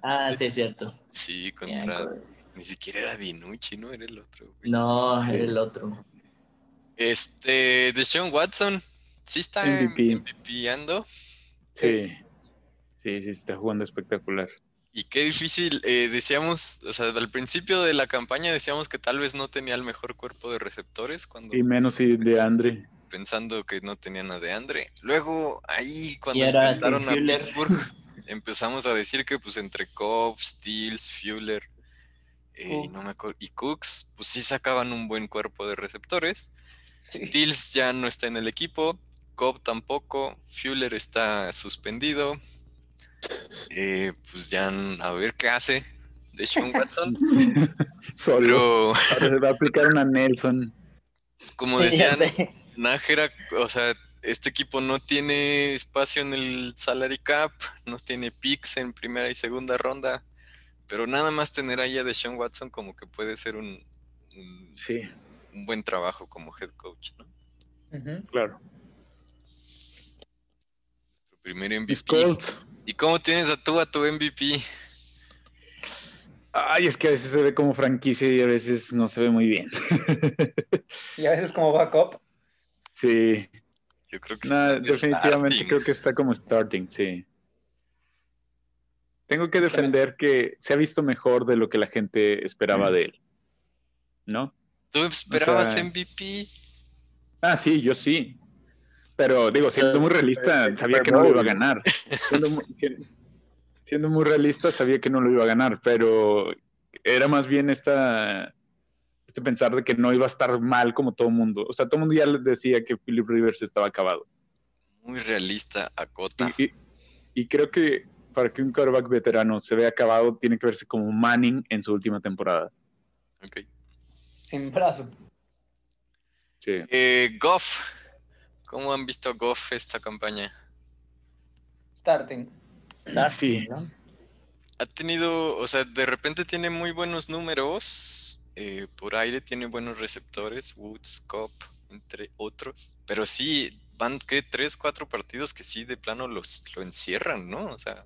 Ah, sí, es cierto. Sí, Ya, contra. güey. Ni siquiera era Dinucci, ¿no? Era el otro. güey. No, Sí. era el otro. Este, Deshaun Watson, sí está MVP. MVPando. Sí, sí, sí, está jugando espectacular. Y qué difícil, eh, decíamos, o sea, al principio de la campaña decíamos que tal vez no tenía el mejor cuerpo de receptores, cuando Y menos si de Andre. pensando que no tenían a DeAndre. Luego, ahí, cuando Y era enfrentaron Tim a Fuller. Pittsburgh, empezamos a decir que pues entre Cobb, Steels, Fuller, eh, Cooks. no me acuerdo, y Cooks, pues sí sacaban un buen cuerpo de receptores. sí. Steels ya no está en el equipo, Cobb tampoco, Fuller está suspendido. Eh, pues ya n- a ver qué hace de Sean (laughs) Watson. (laughs) Solo. Pero Ahora va a aplicar una Nelson. como Sí, ya decían, sé. Nájera, o sea, este equipo no tiene espacio en el salary cap, no tiene picks en primera y segunda ronda, pero nada más tener ahí a Deshaun Watson como que puede ser un, un- Sí, un buen trabajo como head coach, ¿no? Ujú. claro. Su primer Mis MVP. Colts. ¿Y cómo tienes a tú a tu MVP? Ay, es que a veces se ve como franquicia y a veces no se ve muy bien. Y a veces como backup. (laughs) Sí. Yo creo que Nah, está de definitivamente starting. creo que está como starting, sí. Tengo que defender que se ha visto mejor de lo que la gente esperaba de él. ¿No? ¿Tú esperabas sea, MVP? Ah, sí, yo sí. Pero digo, siendo muy realista, el Este, sabía Super que no lo Bowl. iba a ganar. Siendo muy, si- siendo muy realista, sabía que no lo iba a ganar, pero era más bien esta, este pensar de que no iba a estar mal como todo el mundo. O sea, todo el mundo ya les decía que Philip Rivers estaba acabado. Muy realista, acota. Y, y- y creo que para que un quarterback veterano se vea acabado, tiene que verse como Manning en su última temporada. Ok. Sin brazo. Sí. Eh, Goff. ¿Cómo han visto a Goff esta campaña? Starting. Sí. Ah, ¿no? Ha tenido, o sea, de repente tiene muy buenos números. eh, por aire tiene buenos receptores, Woods, Cop, entre otros. Pero sí, van que tres, cuatro partidos que sí de plano los lo encierran, ¿no? O sea,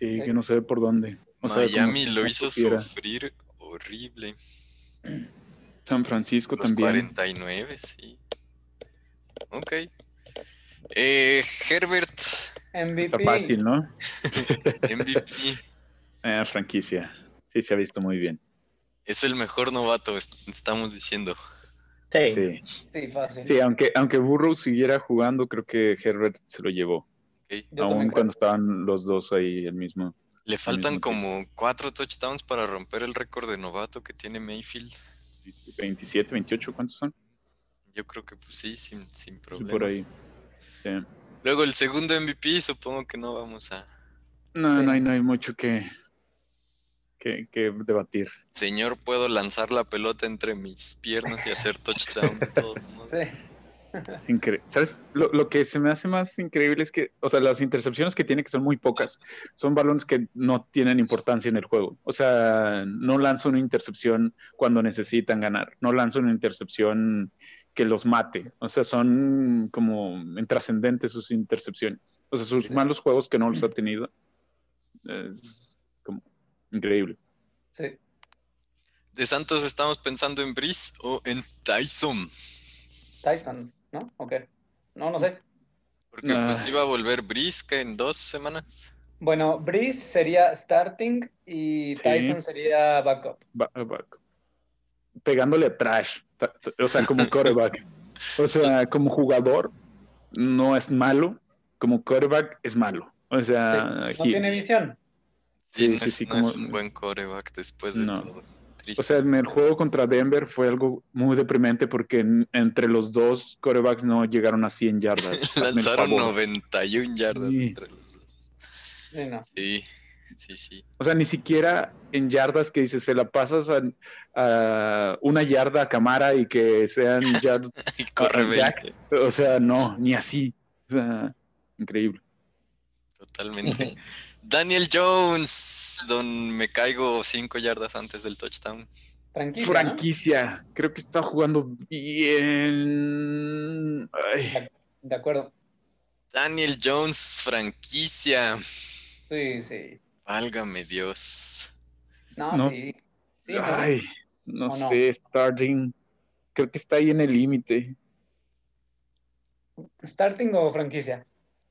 Sí, que no sé por dónde. O sea, como Miami si lo no hizo supiera. sufrir horrible. San Francisco Los también. 49, sí. Ok. Eh, Herbert, (laughs) MVP. Está fácil, ¿no? MVP, Eh, franquicia. Sí, se ha visto muy bien. es el mejor novato, est- estamos diciendo. Sí. Sí, Sí, fácil. sí aunque, aunque Burrow siguiera jugando, creo que Herbert se lo llevó. Ok. Yo aún también creo. cuando estaban los dos ahí el mismo. Le faltan mismo como cuatro touchdowns para romper el récord de novato que tiene Mayfield. 27, 28, ¿cuántos son? Yo creo que pues sí, sin, sin Sí, problema. por ahí. Sí. Luego el segundo MVP, supongo que no vamos a... No, Sí. no, hay, no hay mucho que, que, que debatir. Señor, puedo lanzar la pelota entre mis piernas y hacer touchdown de (laughs) todos modos. Sí. Es incre- ¿Sabes? Lo, lo que se me hace más increíble es que, o sea, las intercepciones que tiene, que son muy pocas, son balones que no tienen importancia en el juego. O sea, no lanza una intercepción cuando necesitan ganar, no lanza una intercepción que los mate. O sea, son como intrascendentes sus intercepciones. O sea, sus malos juegos que no los ha tenido. Es como increíble. sí. De Santos estamos pensando en Breeze o en Tyson. Tyson, ¿no? Ok. No, no sé. Porque pues Ah. iba a volver Breeze que en dos semanas. Bueno, Breeze sería starting y Sí. Tyson sería backup. Ba- ba- pegándole a trash, ta- ta- o sea, como quarterback. O sea, como jugador no es malo, como quarterback es malo. O sea, Sí. No Ah, aquí- tiene visión. Sí, Sí, no, sí, es, sí, no es como- un buen coreback después de No. todo. Triste. o sea, en el juego contra Denver fue algo muy deprimente porque en- entre los dos quarterbacks no llegaron a 100 yardas. (laughs) Hazme el Lanzaron favor. 91 yardas Sí. entre los dos. Sí, no. Sí, sí, sí. O sea, ni siquiera en yardas que dices, se la pasas a, a una yarda a Camara y que sean (laughs) yardas Y corre Jack. 20, O sea, no, ni así. O sea, increíble. totalmente. Daniel Jones, don me caigo 5 yardas antes del touchdown. Franquicia. ¿no? Franquicia, creo que está jugando bien. Ay, De acuerdo. Daniel Jones, franquicia. Sí, sí. Válgame Dios. No, No. sí. Sí, ¿no? ay, no ¿O no? sé, Starting. Creo que está ahí en el límite. ¿Starting o franquicia?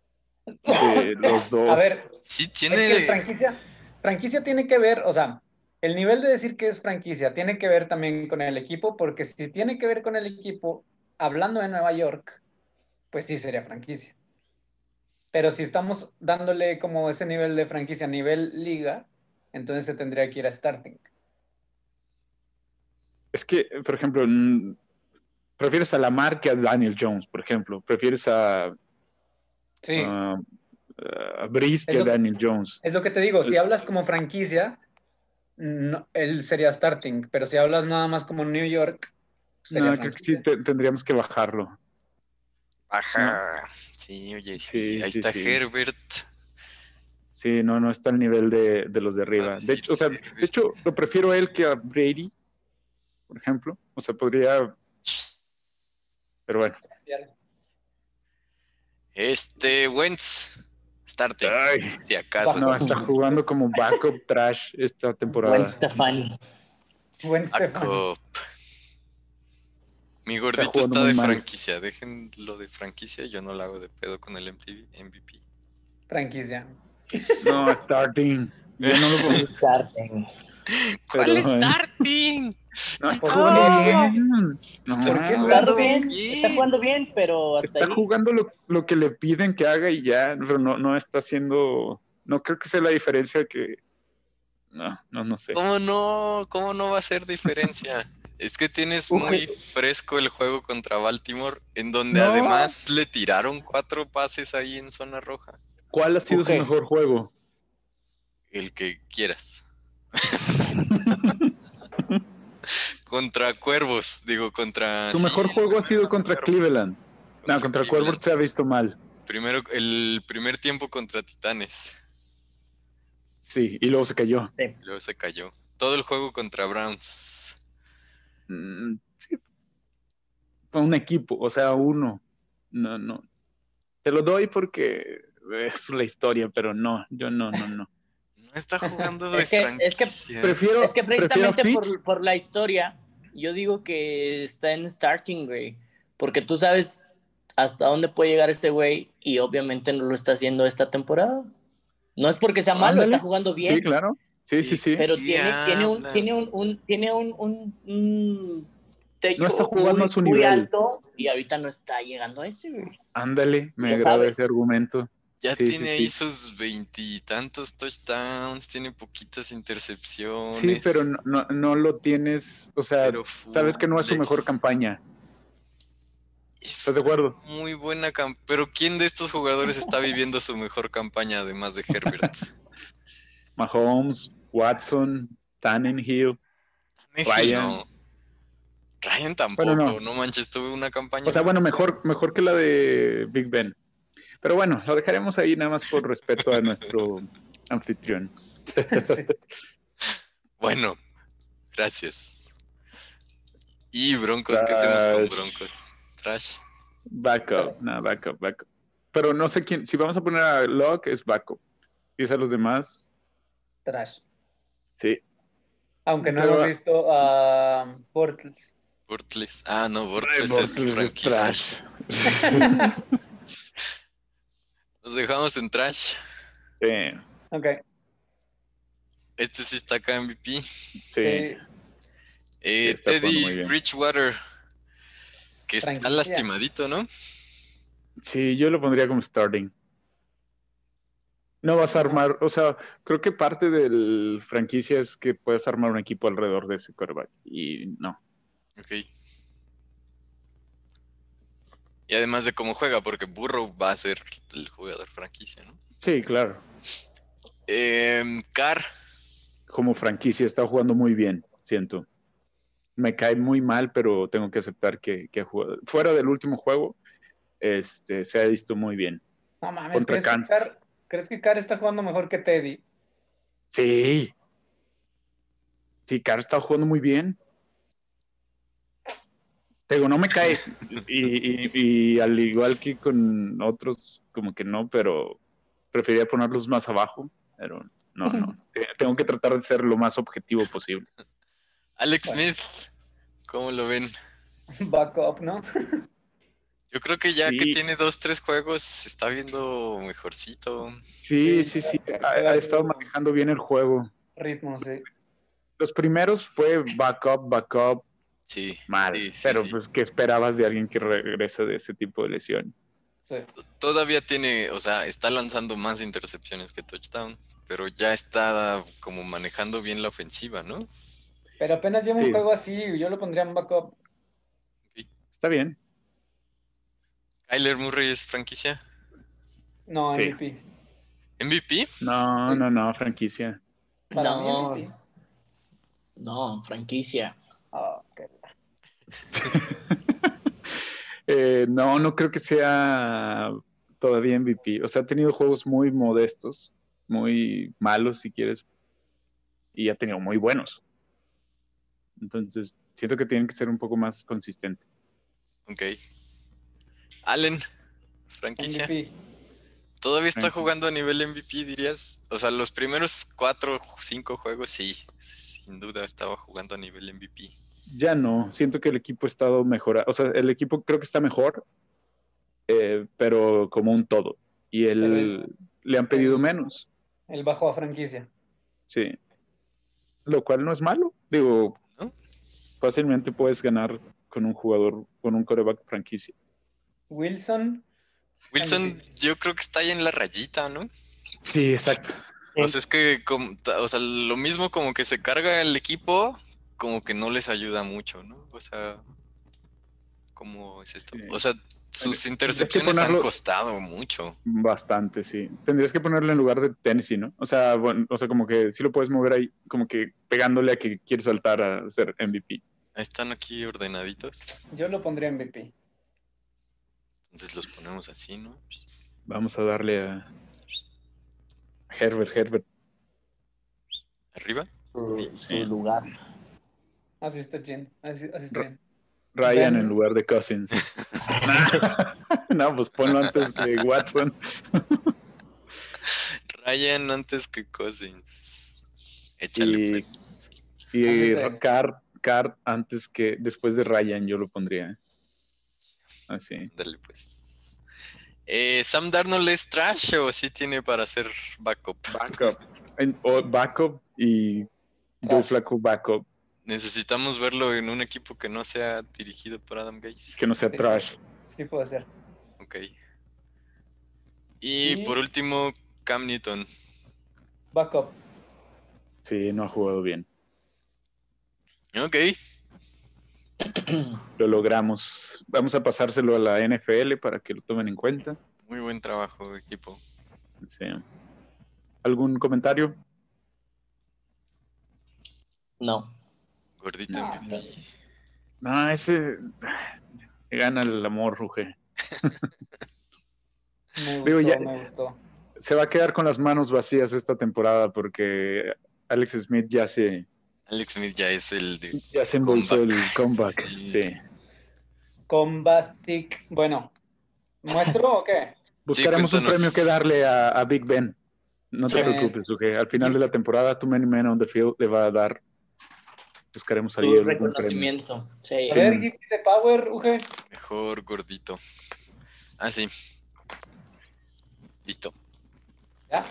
(laughs) de los dos. A ver, Sí, es que tiene. franquicia, franquicia tiene que ver, o sea, el nivel de decir que es franquicia tiene que ver también con el equipo, porque si tiene que ver con el equipo, hablando de Nueva York, pues sí sería franquicia. Pero si estamos dándole como ese nivel de franquicia a nivel liga, entonces se tendría que ir a starting. Es que, por ejemplo, mm, prefieres a Lamar que a Daniel Jones, por ejemplo. Prefieres a, Sí. a, a Breeze que Es a lo- Daniel Jones. Es lo que te digo, si hablas como franquicia, no- él sería starting, pero si hablas nada más como New York, sería No, creo que franquicia. sí te- tendríamos que bajarlo. Ajá. Sí, oye, sí. Sí, Ahí sí, está sí. Herbert. Sí, no, no está al nivel de, de los de arriba. Ah, sí, de hecho, o sea, sí, sí. de hecho, lo prefiero a él que a Brady, por ejemplo. O sea, podría. Pero bueno. Este, Wentz. Starting. Ay, Si acaso. Ah, no, este está jugando como backup trash Pues, esta temporada. Gwen Stefani. Buen Stefan. Jacob. Mi gordito jugando está de Este muy mal. franquicia. Dejen lo de franquicia. Yo no la hago de pedo con el MTV MVP. (laughs) Franquicia. No, starting. Yo no lo pongo, Starting. pero, ¿Cuál eh, starting? no, está Oh. jugando bien. No, Está ¿por qué Claro, jugando Claro, bien. bien, está jugando bien, pero hasta Está ahí. jugando lo, lo que le piden que haga y ya, pero no, no está haciendo. No creo que sea la diferencia que. No, no, no sé. (laughs) ¿Cómo no? ¿Cómo no va a hacer diferencia? Es que tienes Ujú. muy fresco el juego contra Baltimore, en donde No. además le tiraron cuatro pases ahí en zona roja. ¿Cuál ha sido Ok. su mejor juego? El que (laughs) quieras. contra Cuervos, digo, contra... Su sí, mejor el juego ha primero sido contra Cleveland. No, contra Cleveland. Cuervos se ha visto mal. Primero, el primer tiempo contra Titanes, Sí, y luego se cayó. y luego se cayó. Todo el juego contra Browns. Mm, sí. Fue un equipo, o sea, uno. No, no. Te lo doy porque es la historia, pero no, yo no, (laughs) no, no. No (laughs) está jugando de Es que- es que franquicia. Prefiero, Es que precisamente prefiero a por, por la historia, yo digo que está en starting, güey. Porque tú sabes hasta dónde puede llegar ese güey y obviamente no lo está haciendo esta temporada. No es porque sea malo, Ándale. está jugando Fitz. bien, Sí, claro. Sí, sí, sí. pero Sí, tiene, tiene un, habla. tiene un, un- tiene un, un- un techo No está jugando muy, a su muy nivel. alto y ahorita no está llegando a ese, güey. Ándale, me Lo agrada sabes. ese argumento. Ya Sí, sí, tiene sí. ahí sus veintitantos touchdowns, tiene poquitas intercepciones. Sí, pero no, no, no lo tienes, o sea, pero sabes que no es su mejor campaña. campaña. ¿Estás de acuerdo? Muy buena campaña. Pero ¿quién de estos jugadores está viviendo su mejor campaña además de Herbert? Mahomes, Watson, Tannenhill. (laughs) Ryan. No. Ryan tampoco, Bueno, no. no. manches, tuve una campaña. O sea, bueno, mejor, mejor que la de Big Ben. Pero bueno, lo dejaremos ahí nada más por respeto a nuestro anfitrión. Bueno, gracias. Y Broncos, ¿qué hacemos con Trash. Broncos? Trash. Backup, no, backup, backup. Pero no sé quién, si vamos a poner a Locke, es backup. Y es a los demás, Trash. sí. Aunque no Pero- hemos visto a Bortles. Bortles. Ah, no, Ay, Bortles Bortles es es franquicia. trash. Nos dejamos en Trash. Sí, Ok. Este sí está acá MVP. sí. sí. Eh, está jugando muy Teddy bien. Bridgewater. Que está Franquicia. lastimadito, ¿no? Sí, yo lo pondría como starting. No vas a armar, o sea, creo que parte del franquicia es que puedes armar un equipo alrededor de ese quarterback. Y no. Ok. Y además de cómo juega, porque Burrow va a ser el jugador franquicia, ¿no? Sí, claro. Em, Carr, como franquicia está jugando muy bien, siento. Me cae muy mal, pero tengo que aceptar que, que ha jugado- fuera del último juego este, se ha visto muy bien. No mames, Contra ¿crees que, Kansas. Carr, crees que Carr está jugando mejor que Teddy? (laughs) Sí. Sí, Carr está jugando muy bien. Te digo, no me cae. Y, y- y al igual que con otros, como que no, pero preferiría ponerlos más abajo. Pero no, no. Te- Tengo que tratar de ser lo más objetivo posible. Alex Bueno. Smith, ¿cómo lo ven? Backup, ¿no? Yo creo que ya que Sí. tiene dos, tres juegos, se está viendo mejorcito. Sí, Sí, sí, sí. Ha, ha estado manejando bien el juego. Ritmo, sí. Los primeros fue backup, backup, Sí. mal. Sí, sí, pero sí. pues, ¿qué esperabas de alguien que regresa de ese tipo de lesión? sí. Todavía tiene, o sea, está lanzando más intercepciones que touchdown, pero ya está como manejando bien la ofensiva, ¿no? Pero apenas lleva Sí. un juego así, yo lo pondría en backup. Está bien. Kyler Murray es franquicia. No, Sí. MVP. MVP, No, no, no, franquicia. Para No. mí, MVP. No, franquicia. Ah, ok. Eh, no, no creo que sea todavía MVP. O sea, ha tenido juegos muy modestos, muy malos, si quieres, y ha tenido muy buenos. Entonces, siento que tienen que ser un poco más consistentes. ok. Allen, franquicia. MVP. Todavía está Tranquilo. jugando a nivel MVP, dirías. O sea, los primeros cuatro, cinco juegos, sí. Sin duda estaba jugando a nivel MVP. ya no. Siento que el equipo ha estado mejorando. O sea, el equipo creo que está mejor, eh, pero como un todo. Y él Pero el- le han pedido menos. El bajo a franquicia. Sí. Lo cual no es malo. Digo, ¿No? fácilmente puedes ganar con un jugador, con un coreback franquicia. Wilson, Wilson, yo creo que está ahí en la rayita, ¿no? Sí, exacto. O sea, es que como- ta- o sea, lo mismo como que se carga el equipo, como que no les ayuda mucho, ¿no? O sea, ¿cómo es esto? Sí. O sea, sus Hay que intercepciones han ponerlo- costado mucho. Bastante, sí. Tendrías que ponerlo en lugar de Tennessee, ¿no? O sea, bueno, o sea, como que sí lo puedes mover ahí, como que pegándole a que quiere saltar a ser MVP. Ahí Están aquí ordenaditos. yo lo pondría en MVP. Entonces los ponemos así, ¿no? Vamos a darle a Herbert, Herbert. Arriba. su, su lugar. Así está bien. Así, así está Ro- bien. Ryan Ben. en lugar de Cousins. (laughs) no, pues ponlo antes de Watson. Ryan antes que Cousins. Échale, Y, pues. y Así está. Carr, Carr antes que, después de Ryan, yo lo pondría. ¿eh? Así. Dale, pues. Eh, ¿Sam Darnold es trash o sí tiene para hacer backup? Backup. En- o backup y Joe Trash. Flaco backup, Necesitamos verlo en un equipo que no sea dirigido por Adam Gates. que no sea Sí. trash. Sí puede ser. Ok. Y Y- por último, Cam Newton. Backup. Sí, no ha jugado bien. Ok. Lo logramos. Vamos a pasárselo a la NFL para que lo tomen en cuenta. Muy buen trabajo, equipo. Sí. ¿Algún comentario? No. Gordito. No. en vez de- No, ese (sighs) le gana el amor, Ruge. Me gustó, Digo, ya- me gustó. Se va a quedar con las manos vacías esta temporada porque Alex Smith ya se, Alex Smith ya es el de... ya se embolsó el comeback. Sí. Sí. Combastic. Bueno, ¿muestro o qué? Buscaremos un cuéntanos. premio que darle a, a Big Ben. No te Sí. preocupes, Ruge. Al final de la temporada, tu Men Men on the Field le va a dar. Buscaremos ahí Tu algún premio. reconocimiento. Sí. A ver, give me the power, Uge. Mejor gordito. Ah, sí. Listo. Ya.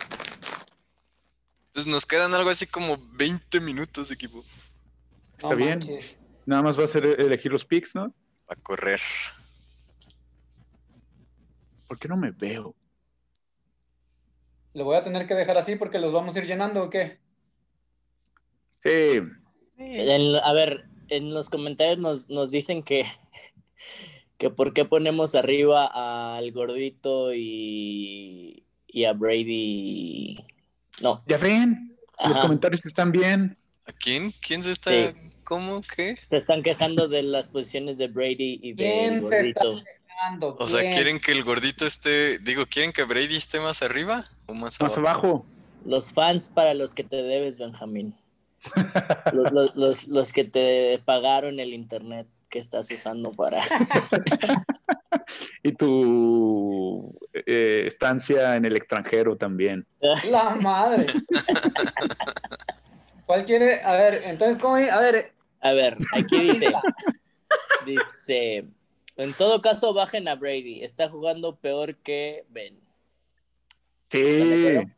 Entonces nos quedan algo así como 20 minutos, equipo. Está No bien. manches. Nada más va a ser elegir los picks, ¿no? Para correr. ¿Por qué no me veo? Lo voy a tener que dejar así porque los vamos a ir llenando o qué? Sí, En- a ver, en los comentarios nos, nos dicen que, (laughs) que por qué ponemos arriba al gordito y, y a Brady. No. ya ven, los ajá, comentarios están bien. ¿A quién? ¿Quién se está...? ¿Cómo? ¿Qué? se están quejando de las posiciones de Brady y del ¿Quién se está gordito. llenando? O sea, ¿Quién? ¿quieren que el gordito esté... Digo, ¿quieren que Brady esté más arriba o más Más abajo? abajo. Los fans para los que te (laughs) debes, Benjamín. Los, los- los- los que te pagaron el internet que estás usando para... Y tu eh, estancia en el extranjero también. La (laughs) madre. ¿Cuál quiere? A ver, entonces, ¿cómo? es? A ver, A ver, aquí dice... Dice, en todo caso bajen a Brady, está jugando peor que Ben. Sí, acuerdo?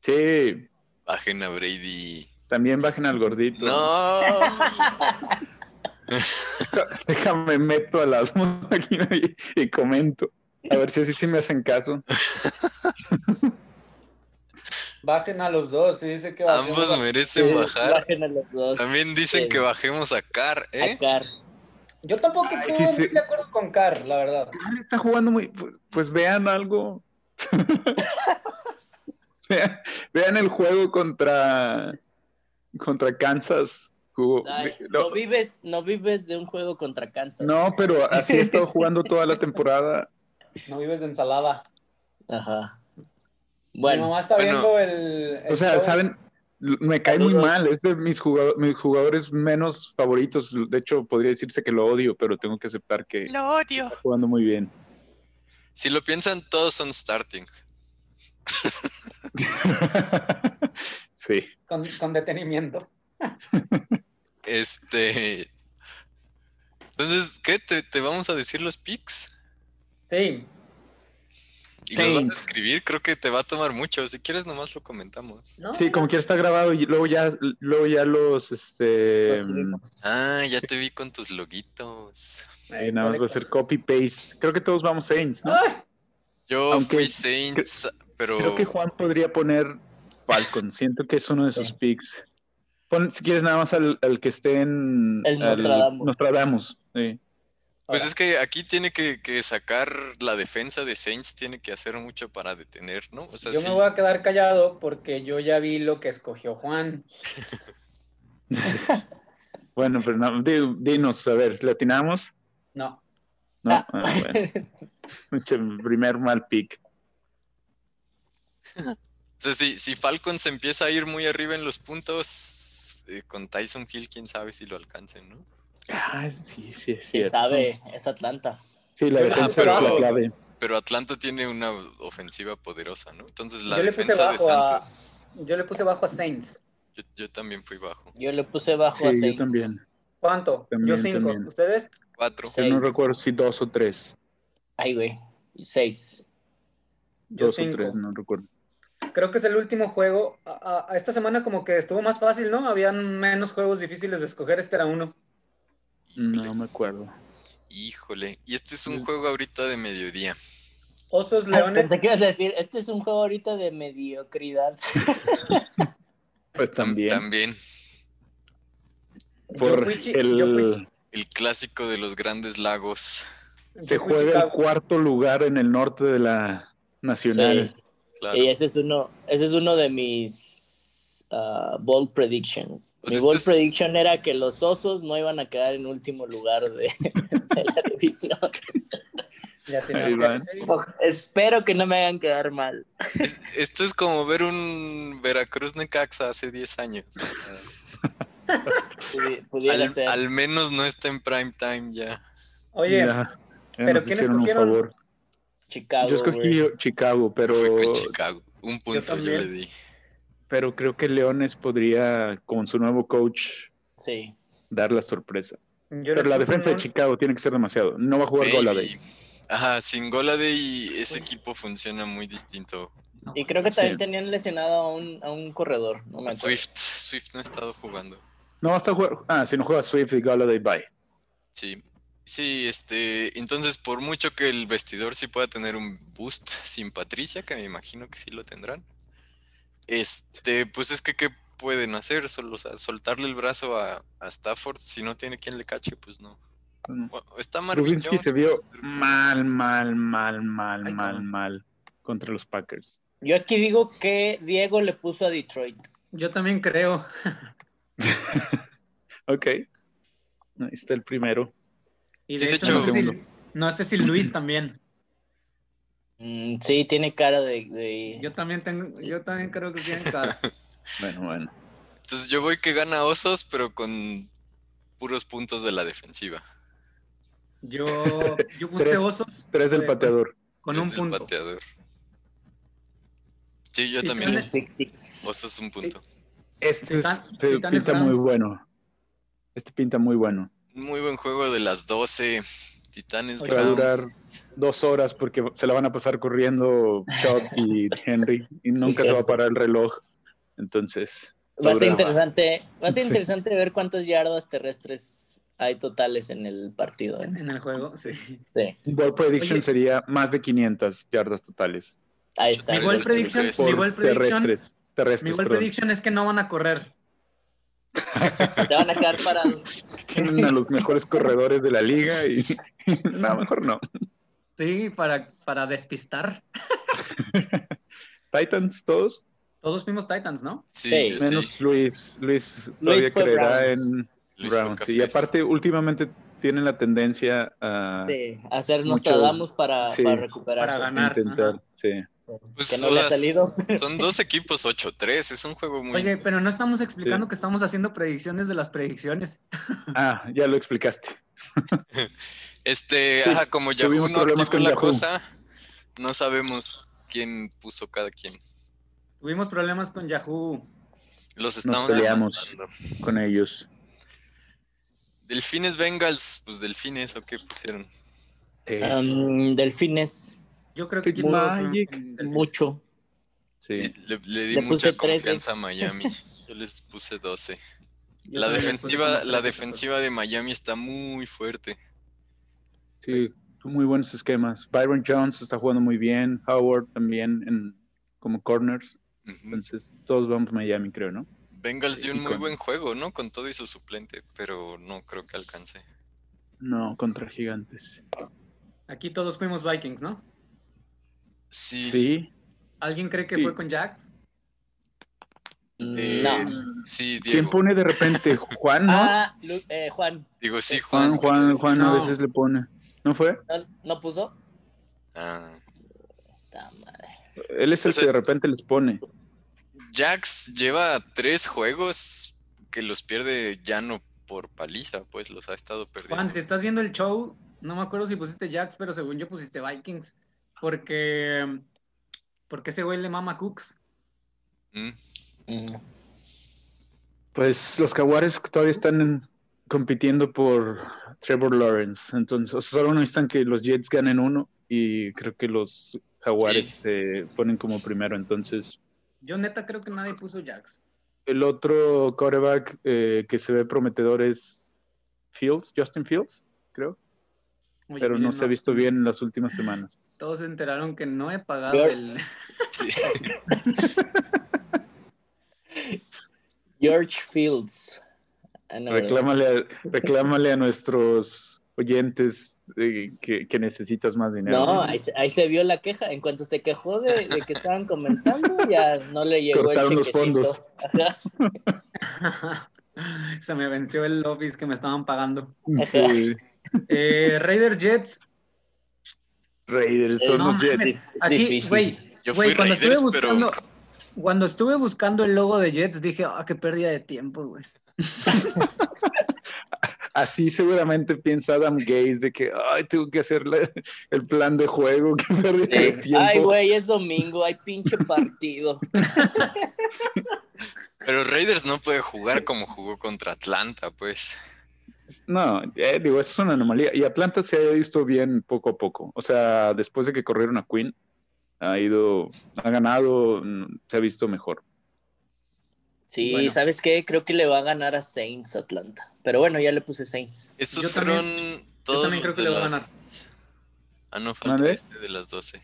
sí. Bajen a Brady. También bajen al gordito. No. (laughs) Déjame meto a las (laughs) máquinas y, y comento. A ver si así sí me hacen caso. bajen a los dos. Se dice que bajen Ambos a- merecen bajar. Bajen a los dos. También dicen Sí. que bajemos a Car, A ¿eh? Carr. Yo tampoco Ay, estuve sí, muy sí. de acuerdo con Carr, la verdad. Ah, Está jugando muy. Pues, pues vean algo. (laughs) vean, vean el juego contra. Contra Kansas. Jugó- Ay, lo- no, vives, no vives de un juego contra Kansas. no, pero así he estado jugando toda la temporada. No vives de ensalada. Ajá. Mi Bueno, mamá está Bueno. viendo el. el O sea, show. ¿saben? Me cae muy Saludos. mal. Es de mis, jugado- mis jugadores menos favoritos. De hecho, podría decirse que lo odio, pero tengo que aceptar que está Lo odio. jugando muy bien. (laughs) Si lo piensan, todos son starting. sí. Con, con detenimiento. Este. Entonces, ¿qué? ¿Te, te vamos a decir los picks? Sí, ¿Y los vas a Thanks. escribir? Creo que te va a tomar mucho. Si quieres, nomás lo comentamos. ¿no? Sí, como quiera está grabado y luego ya, luego ya los, este, Los subimos. Ah, ya te vi con tus loguitos. eh, nada más va a ser copy paste. Creo que todos vamos Saints, ¿no? ¡Ay! Yo Aunque fui Saints, pero Creo que Juan podría poner Falcon. Siento que es uno de sus picks. Pon, si quieres, nada más al, al que esté en El al Nostradamus. Nostradamus, sí. pues Ahora. es que aquí tiene que, que sacar la defensa de Saints, tiene que hacer mucho para detener, ¿no? O sea, yo sí. me voy a quedar callado porque yo ya vi lo que escogió Juan. Bueno, pero no, di- dinos, a ver, ¿le atinamos? No. No, Ah, bueno. (laughs) Mucho- primer mal pick. O sea, si, si Falcons empieza a ir muy arriba en los puntos, eh, con Tyson Hill, quién sabe si lo alcancen, ¿no? Ah, sí, sí, es ¿Quién cierto. sabe? Es Atlanta. Sí, la Ah, defensa es la pero- clave. Pero Atlanta tiene una ofensiva poderosa, ¿no? Entonces la Yo le puse defensa de bajo a- Santos, Yo le puse bajo a Saints. yo, yo también fui bajo. Yo le puse bajo a Sí, yo Saints. también. ¿Cuánto? También, yo cinco. también. ¿Ustedes? Cuatro. Yo no Seis. recuerdo si dos o tres. Ay, güey. Seis. Yo Dos o cinco. tres, no recuerdo. Creo que es el último juego. A- a- a esta semana como que estuvo más fácil, ¿no? Habían menos juegos difíciles de escoger. Este era uno. No me acuerdo. Híjole, y este es un Mm. juego ahorita de mediodía. Osos, Ah, leones. Pensé que ibas a decir, este es un juego ahorita de mediocridad. Pues Tam- también. También por yo fui chi- el, yo fui- el clásico de los grandes lagos. se yo fui juega el Chicago. cuarto lugar en el norte de la nacional. Sí. Claro. Y ese es uno, ese es uno de mis ah, bold prediction. O Mi sea, bold este es- prediction era que los osos no iban a quedar en último lugar de, (laughs) de la división. Ya tiene Ahí ¿eh? van. seis. Espero que no me hagan quedar mal. Es- esto es como ver un Veracruz Necaxa hace 10 años. o sea, Pudi- Pudiera al, ser. al menos no está en prime time ya. Oye, Ya- ya ¿pero nos quiénes hicieron un cogieron? favor. Chicago. Yo escogí güey. Chicago, pero, Fue con Chicago. Un punto yo, también. le di. pero creo que Leones podría, con su nuevo coach, Sí. dar la sorpresa. yo Pero les la puse defensa de un- Chicago tiene que ser demasiado. No va a jugar Goladay. Maybe. Ajá, sin Golade y ese equipo funciona muy distinto. Y creo que también Sí. tenían lesionado a un, a un corredor. No me acuerdo. Swift, Swift no ha estado jugando. No va a estar jugar. Ah, si no juega Swift y Goladay, bye. Sí. Sí, este, entonces por mucho que el vestidor sí pueda tener un boost sin Patricia, que me imagino que sí lo tendrán, este, pues es que ¿qué pueden hacer? Solo, o sea, soltarle el brazo a, a Stafford si no tiene quien le cache, pues no. Mm. Bueno, está Marvin Rubinsky Jones. se vio pues, pero- mal, mal, mal, mal, Ay, mal, cabrón. mal contra los Packers. Yo aquí digo que Diego le puso a Detroit. Yo también creo. Ok. Ahí está el primero. Y Sí, de de hecho, no, hecho- sé si, no sé si Luis también. Mm, sí, tiene cara de. de- Yo también tengo, yo también creo que tienen cara. Bueno, bueno. Entonces yo voy que gana Osos, pero con puros puntos de la defensiva. (laughs) Yo, yo puse Tres. osos Tres del Sí. pateador. con Desde un el punto. pateador. Sí, yo Sí, también. tiene- Pick six. Osos un punto. Este es- Titan- se Titanes pinta Browns. muy bueno. Este pinta muy bueno. Muy buen juego de las 12. Titanes Oye, Que va a Browns. durar dos horas porque se la van a pasar corriendo Chubb (laughs) y Henry y nunca se va a parar el reloj. Entonces, Va a ser Duraba. interesante, va a ser Sí. interesante ver cuántas yardas terrestres hay totales en el partido. ¿eh? En el juego, sí. Sí, mi ball prediction Oye. sería más de 500 yardas totales ahí está. Este, Mi Tal goal vez prediction, ocho mi veces. goal prediction, terrestres. mi Terrestres, goal perdón. prediction es que no van a correr. Te van a quedar (laughs) este, parados. Tienen a los mejores corredores de la liga (laughs) y no, mejor no. Sí, para, para despistar. Titans todos, Todos fuimos Titans, ¿no? Sí, Sí. yo sí. menos Luis. Luis todavía fue creerá Browns. en Luis Browns. Focafés. Y aparte, últimamente tienen la tendencia a Sí, hacer Ah, Mucho- Nostradamus para, sí. para recuperarse. Para ganar. intentar. ajá. Sí. Pues, que no le ha o sea, salido. Son dos equipos 8-3. Es un juego muy. Oye, pero no estamos explicando que estamos haciendo predicciones de las predicciones. Ah, ya lo explicaste. Este, sí, ajá, como Yahoo tuvimos no problemas activó con la Yahoo. cosa, no sabemos quién puso cada quien. Tuvimos problemas con Yahoo. Los estamos peleamos. demandando. Con ellos. Delfines Bengals, pues delfines, ¿o qué pusieron? Sí. Um, delfines, Yo creo que It's todos son magic. del- mucho. sí. Le, le di Le puse mucha 13. confianza a Miami. Yo les puse 12. Yo La también les puse defensiva, como la 13, defensiva de Miami está muy fuerte. Sí, son muy buenos esquemas. Byron Jones está jugando muy bien, Howard también en como corners. Ujú. Entonces, todos vamos a Miami, creo, ¿no? Bengals dio Y un muy con- buen juego, ¿no? Con todo y su suplente, pero no creo que alcance. No, contra gigantes. Aquí todos fuimos Vikings, ¿no? Sí, Sí, ¿Alguien cree que Sí. fue con Jax? eh, Mm, No. sí, ¿quién Diego. pone de repente? Juan, ¿no? Ah, Lu- eh, Juan, Digo, sí, Juan, Juan. Juan, Juan a No. veces le pone. ¿No fue? ¿no, no puso? Ah. Ta madre. Él es el O sea- que de repente les pone. Jax lleva tres juegos que los pierde llano por paliza, pues los ha estado Juan, perdiendo. si estás viendo el show, no me acuerdo si pusiste Jax, pero según yo pusiste Vikings. Porque. Porque ese güey le mama a Cooks. Mm. Pues los Jaguares todavía están en- compitiendo por Trevor Lawrence. Entonces, o sea, solo necesitan que los Jets ganen uno y creo que los Jaguares se ponen como primero. Entonces, Yo neta creo que nadie puso Jax. el otro quarterback eh, que se ve prometedor es Fields, Justin Fields, creo, Oye, pero no miren, se ha visto bien en las últimas semanas. Todos se enteraron que no he pagado Peor. el. (laughs) Sí. (laughs) George Fields. Ah, no, Reclámale a, reclámale a nuestros oyentes eh, que, que necesitas más dinero. No, ahí, se- ahí se vio la queja. En cuanto se quejó de, de que estaban comentando, ya no le llegó Cortaron el los chequecito. fondos. Ajá. se me venció el office que me estaban pagando. Sí, Eh, Raiders Jets. Raiders son No los Jets. mames, Aquí, Difícil. güey, Yo Güey, fui cuando estuve Raiders, buscando, pero cuando estuve buscando el logo de Jets, dije, ah, qué pérdida de tiempo, güey. Así seguramente piensa Adam Gaze de que, ay, tengo que hacer la- el plan de juego, que (laughs) perdí el tiempo. Ay, güey, es domingo, hay pinche partido. pero Raiders no puede jugar como jugó contra Atlanta, pues. No, eh, digo, eso es una anomalía. Y Atlanta se ha visto bien poco a poco. O sea, después de que corrieron a Quinn, ha ido, ha ganado, mm, se ha visto mejor. Sí, Bueno. ¿sabes qué? Creo que le va a ganar a Saints Atlanta. Pero bueno, ya le puse Saints. Estos Yo fueron también- todos también creo los que de le va a las- ganar. Ah, no, falta ¿Mande? este de las 12.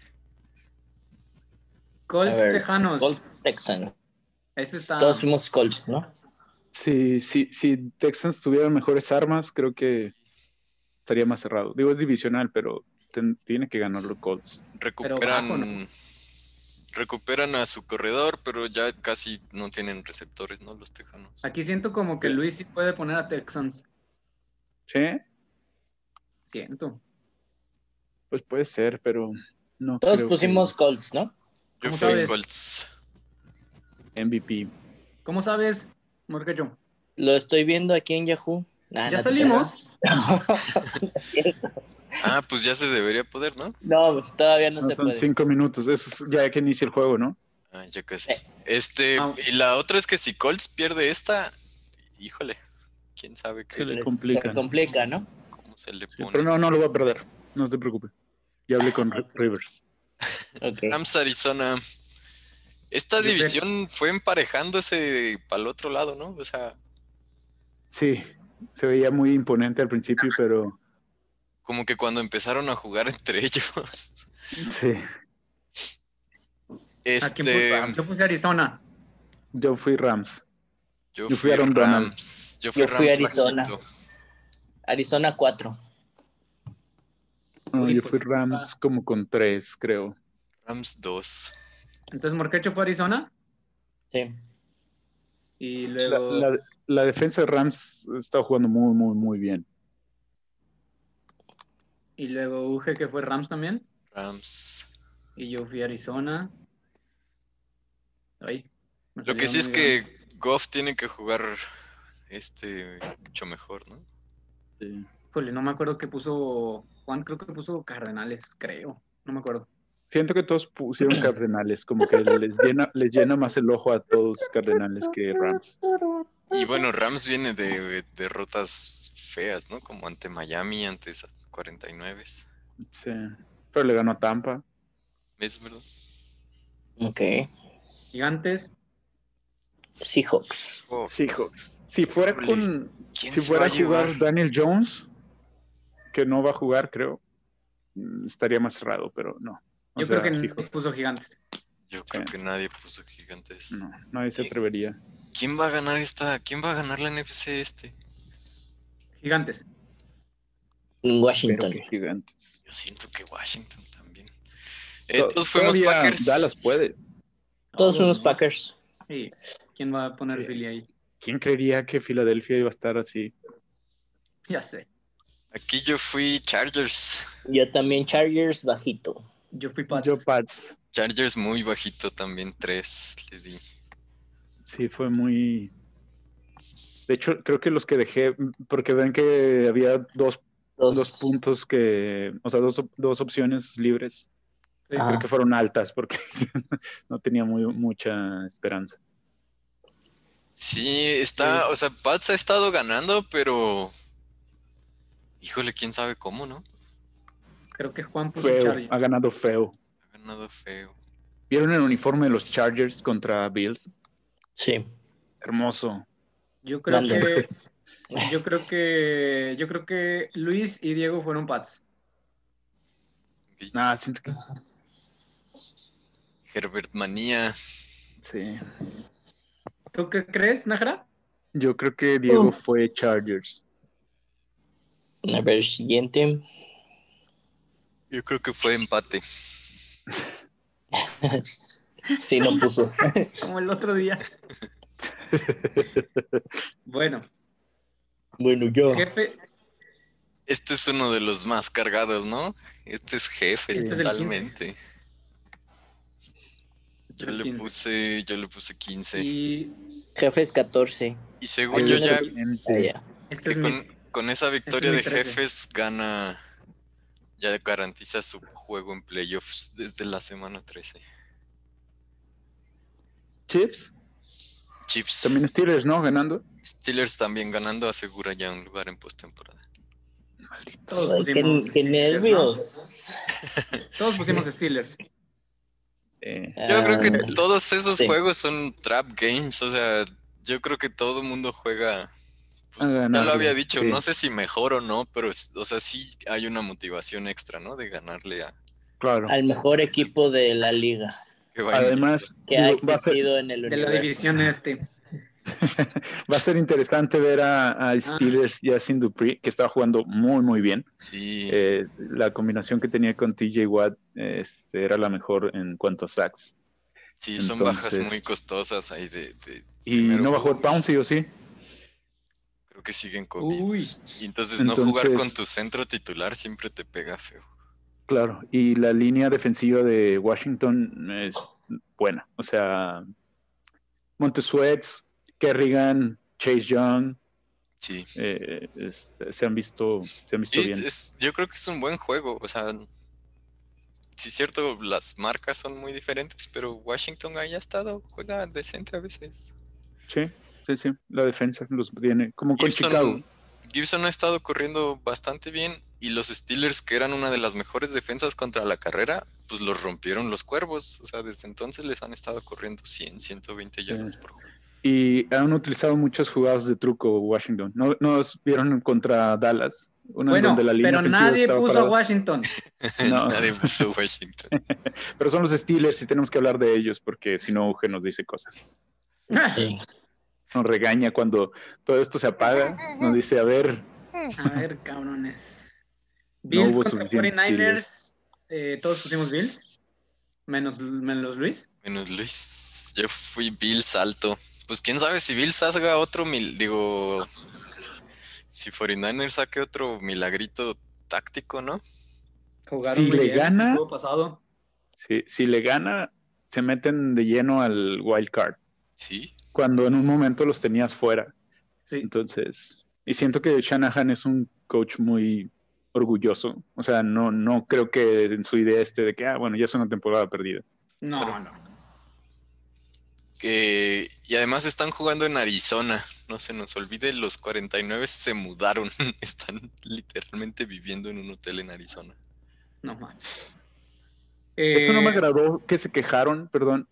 Colts A ver, Tejanos. Colts Texans. Pues, Ese está. Todos fuimos Colts, ¿no? Sí, sí, si Texans tuviera mejores armas, creo que estaría más cerrado. Digo, es divisional, pero ten- tiene que ganar los Colts. Recuperan bajo, recuperan a su corredor, pero ya casi no tienen receptores, ¿no? Los Tejanos. Aquí siento como que Luis sí puede poner a Texans. Sí, Siento. pues puede ser, pero no. Todos creo que- pusimos Colts, ¿no? Yo ¿cómo fui sabes? Colts. MVP. ¿Cómo sabes, Morquecho? Lo estoy viendo aquí en Yahoo. Nah, Ya no te salimos. Ah, pues ya se debería poder, ¿no? creas. No, todavía no, No, se son puede. cinco minutos, eso es ya que inicia el juego, ¿no? Ah, ya casi. Este, Ah. y la otra es que si Colts pierde esta, híjole, quién sabe qué Se les es, Se- complica. Se complica, ¿no? cómo se le Pero pone. no, no lo va a perder, no se preocupe. Ya hablé con Ri- Rivers. Ok. Rams Arizona. Esta Yo creo- división fue emparejándose para el otro lado, ¿no? O sea, Sí, se veía muy imponente al principio, pero como que cuando empezaron a jugar (laughs) entre ellos. sí. ¿A quién Este, puse? Ah, Yo puse Arizona. Yo fui Rams. yo Yo fui fui Aaron Donald. Rams. Yo fui Yo fui Rams Arizona. bajito. Arizona 4. No, Uy, yo pues, fui Rams como con tres, creo. Rams 2. Entonces Morquecho fue a Arizona Sí. y La, luego la- la defensa de Rams está jugando muy, muy, muy bien. y luego Uge que fue Rams también Rams. y yo fui a Arizona. Ay, me Lo que salieron sí es muy que Goff tiene que jugar este mucho mejor, ¿no? bien. Híjole, no me acuerdo que puso Juan, creo que puso Cardenales, creo. No me acuerdo. Siento que todos pusieron Cardenales, como que les llena, les llena más el ojo a todos Cardenales que Rams. Y bueno, Rams viene de, de derrotas feas, ¿no? Como ante Miami, ante 49. Sí. Pero le ganó a Tampa. ¿Es verdad? Ok. Gigantes. Seahawks. Oh, Sí, hijo. Si fuera Híjole, con. ¿quién Si se fuera va a llevar? jugar Daniel Jones, que no va a jugar, creo, mm, estaría más cerrado, pero no. O Yo sea, creo que sí, no puso gigantes. Yo creo Sí. que nadie puso gigantes. Eh. no, nadie se atrevería. ¿Quién va a ganar esta? ¿Quién va a ganar la NFC este? Gigantes. Pero Washington. que gigantes. Yo siento que Washington también. Eh, todos To- fuimos todavía Packers. Dallas puede. Todos Oh, fuimos no. Packers. Sí. ¿Quién va a poner Sí. Philly (laughs) ahí? ¿Quién creería que Filadelfia iba a estar así? Ya sé. Aquí yo fui Chargers. Yo también Chargers bajito. Yo fui Pats. Yo, Pats, Chargers muy bajito también, tres le di. sí fue muy. De hecho, creo que los que dejé, porque ven que había dos, Dos, dos puntos que, o sea, dos, op- dos opciones libres. Sí, Ajá. Creo que fueron altas porque (laughs) no tenía muy, mucha esperanza. Sí, está, o sea, Pats ha estado ganando, pero híjole, quién sabe cómo, ¿no? Creo que Juan Pues puso Feo, Chargers. ha ganado feo. Ha ganado feo. ¿Vieron el uniforme de los Chargers contra Bills? Sí. Hermoso. Yo creo Grande. que. pues. Yo creo que. Yo creo que Luis y Diego fueron Pats. Ah, siento que Herbert Manía. sí. ¿Tú qué crees, Najra? Yo creo que Diego Uf. fue Chargers. A ver, siguiente. (laughs) Yo creo que fue empate. Sí, no puso. Como el otro (laughs) día. Bueno, bueno, yo. jefe, Este es uno de los más cargados, ¿no? Este es jefe Este es el totalmente. Este Yo es el le 15. puse, yo le puse 15. Y, y Jefes 14. según Ahí yo viene ya Ah, ya. este que es mi. con, con esa victoria mi de 13. jefes gana, ya garantiza su juego en playoffs desde la semana 13. Chips. Chips. También Steelers, ¿no? Ganando. Steelers también ganando asegura ya un lugar en postemporada. Todos Ay, qué, pusimos, qué nervios. todos pusimos Steelers. Eh, Yo creo que Ah, todos esos sí. juegos son trap games, o sea, yo creo que todo el mundo juega. pues, A ya ganarle, lo había dicho, Ah, sí. no sé si mejor o no, pero es- o sea, sí hay una motivación extra, ¿no? De ganarle a claro. Ah, al mejor equipo de la liga que va en- Además, que ha digo, va, a ser, existido en el De la universo. división este. va a ser interesante ver a, a Steelers ya sin Dupree, que estaba jugando muy, muy bien. Sí, Eh, la combinación que tenía con TJ Watt eh, este, era la mejor en cuanto a sacks. sí, son bajas entonces- muy costosas ahí de, de- Y Primero no va a Cowboys. jugar Pouncey, ¿o sí? creo que siguen COVID. Uy, Y entonces, no jugar Entonces- con tu centro titular siempre te pega feo. Claro. Y la línea defensiva de Washington es buena. O sea, Montesuets, Kerrigan, Chase Young, Sí, eh, este, se han visto, se han visto sí es- bien. es- yo creo que es un buen juego, o sea, sí es cierto, las marcas son muy diferentes, pero Washington ahí ha estado, juega decente a veces. Sí, sí, sí. La defensa los tiene. Como con Gibson- Chicago. Gibson ha estado corriendo bastante bien y los Steelers, que eran una de las mejores defensas contra la carrera, pues los rompieron los cuervos. O sea, desde entonces les han estado corriendo 100, 120 yardas por juego. Y han utilizado muchas jugadas de truco Washington. No nos vieron contra Dallas. Una en bueno, donde la línea pero ofensiva nadie estaba puso a parada. (laughs) Washington. (laughs) No. Nadie puso Washington. Pero son los Steelers y tenemos que hablar de ellos porque si no, Uge nos dice cosas. Sí. Nos regaña cuando todo esto se apaga. Nos dice, a ver, A ver, cabrones. Bills hubo contra suficientes 49ers. Eh, todos pusimos Bills. Menos, menos Luis. Menos Luis. Yo fui Bill Salto. Pues quién sabe si Bill haga otro mil. Digo. Si 49ers saque otro milagrito táctico, ¿no? Jugaron Si muy le bien gana- el juego pasado. si, si le gana, se meten de lleno al wild card. Sí. Cuando en un momento los tenías fuera. Sí. Entonces, y siento que Shanahan es un coach muy orgulloso. O sea, no, no creo que en su idea esté de que, ah, bueno, ya es una temporada perdida. No, no. Que- y además están jugando en Arizona. no se nos olvide, los 49 se mudaron. (laughs) Están literalmente viviendo en un hotel en Arizona. No mames. Eso no me Eh, agradó que se quejaron, perdón.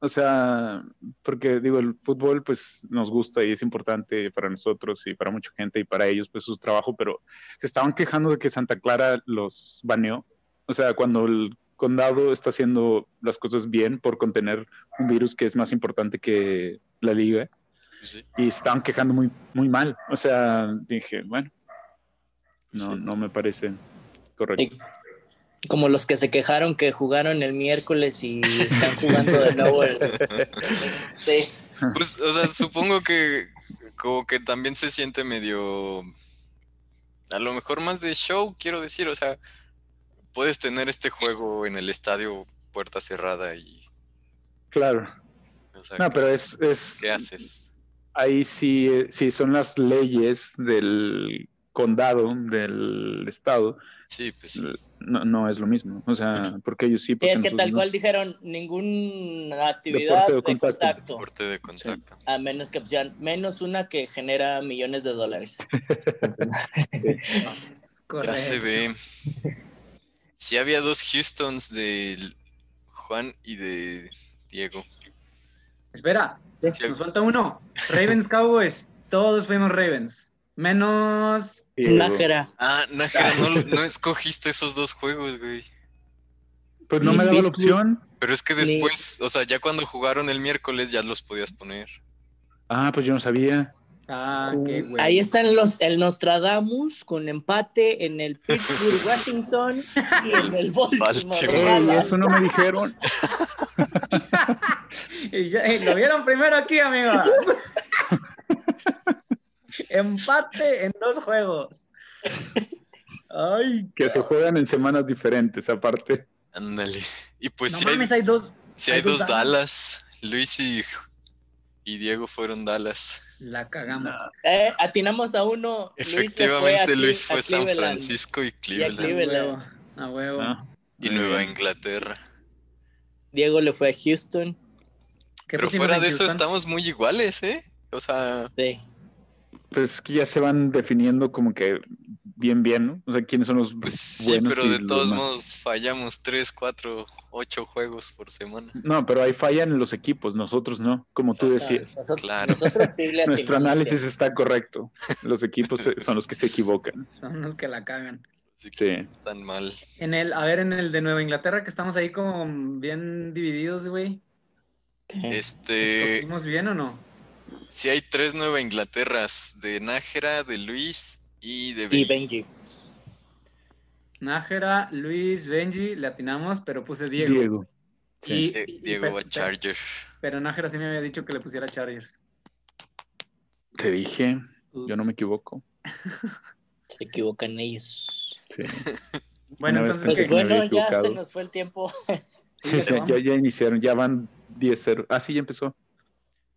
O sea, porque digo, el fútbol pues nos gusta y es importante para nosotros y para mucha gente y para ellos pues su trabajo, pero se estaban quejando de que Santa Clara los baneó. O sea, cuando el condado está haciendo las cosas bien por contener un virus que es más importante que la liga Pues sí, y estaban quejando muy, muy mal. O sea, dije, bueno, pues no, sí. no me parece correcto. Sí. Como los que se quejaron que jugaron el miércoles y están jugando de nuevo (laughs) el... Sí. Pues, o sea, supongo que como que también se siente medio, a lo mejor más de show, quiero decir, o sea, puedes tener este juego en el estadio puerta cerrada y, Claro. o sea, No, ¿qué- pero es, es, ¿qué haces? ahí sí, eh, sí son las leyes del condado, del estado, Sí, pues sí. no, no es lo mismo. O sea, porque ellos sí. Sí, porque es que nosotros tal no. cual dijeron, ninguna actividad Deporte de de contacto. contacto. Corte de contacto. A menos que sean, menos una que genera millones de dólares. Ya se Correcto. ve. Sí había dos Houstons de Juan y de Diego. Espera, Sí, nos falta uno. Ravens Cowboys. Todos fuimos Ravens. Menos. Diego. Nájera. Ah, Nájera, no, no escogiste esos dos juegos, güey. Pues no me daba la opción. Pero es que Ni- después, o sea, ya cuando jugaron el miércoles ya los podías poner. Ah, pues yo no sabía. Ah, qué güey. Ahí están los, el Nostradamus con empate en (laughs) el Pittsburgh Washington y en el Baltimore. Baltimore. Ey, Dallas. eso no me dijeron. Y ya- eh, lo vieron primero aquí, amigos. Empate en dos juegos. Ay, Que se juegan en semanas diferentes, aparte. Ándale. Y pues no si hay, mames, hay dos. sí hay hay dos dos Dallas. Luis y, y Diego fueron Dallas. La cagamos. Eh, atinamos a uno. Luis se fue Efectivamente, a Cle- Luis fue a San Cleveland. Francisco y Cleveland. A Cleveland. huevo. A huevo. Ah, Y muy Nueva bien. Inglaterra. Diego le fue a Houston. ¿Qué Pero pusimos fuera en de eso Houston? estamos muy iguales, ¿eh? O sea, Sí. Pues que ya se van definiendo como que bien, bien, ¿no? O sea, quiénes son los pues sí, buenos pero y de los todos más- modos fallamos 3, 4, 8 juegos por semana. No, pero ahí fallan los equipos, nosotros no, como tú decías. Nosotros, Claro. nosotros sí le Nuestro atinamos, ¿eh? análisis está correcto. Los equipos eh, son los que se equivocan. Son los que la cagan. Así que Sí. no es tan mal. En el, a ver, en el de Nueva Inglaterra, que estamos ahí como bien divididos, güey. Eh, sí. Este, ¿Escogimos bien o no? sí hay tres Nueva Inglaterras, de Nájera, de Luis y de Y Benji. Benji. Nájera, Luis, Benji, le atinamos, pero puse (laughs) Diego. Diego. Y- Sí. Die- y- eh, Diego pero- va Charger. Pero Nájera sí me había dicho que le pusiera Chargers. Te dije, yo no me equivoco. Se equivocan ellos. Sí. Bueno, Una vez entonces, ¿qué? pensé Pues que me había bueno, ya equivocado. se nos fue el tiempo. (laughs) Sí, ya, ya- ya iniciaron, ya van 10-0. Ah, sí, ya empezó.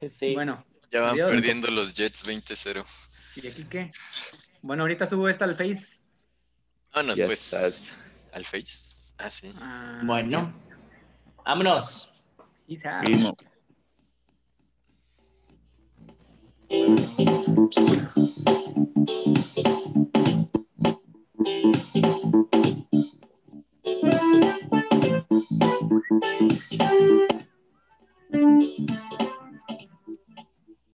Sí. Bueno, Ya van Adiós. perdiendo los Jets 20-0. ¿y aquí qué? Bueno, ahorita subo esta al Face. Vámonos Ya pues estás. al Face. Ah, sí. Ah, Bueno. Vámonos. quizá. Primo.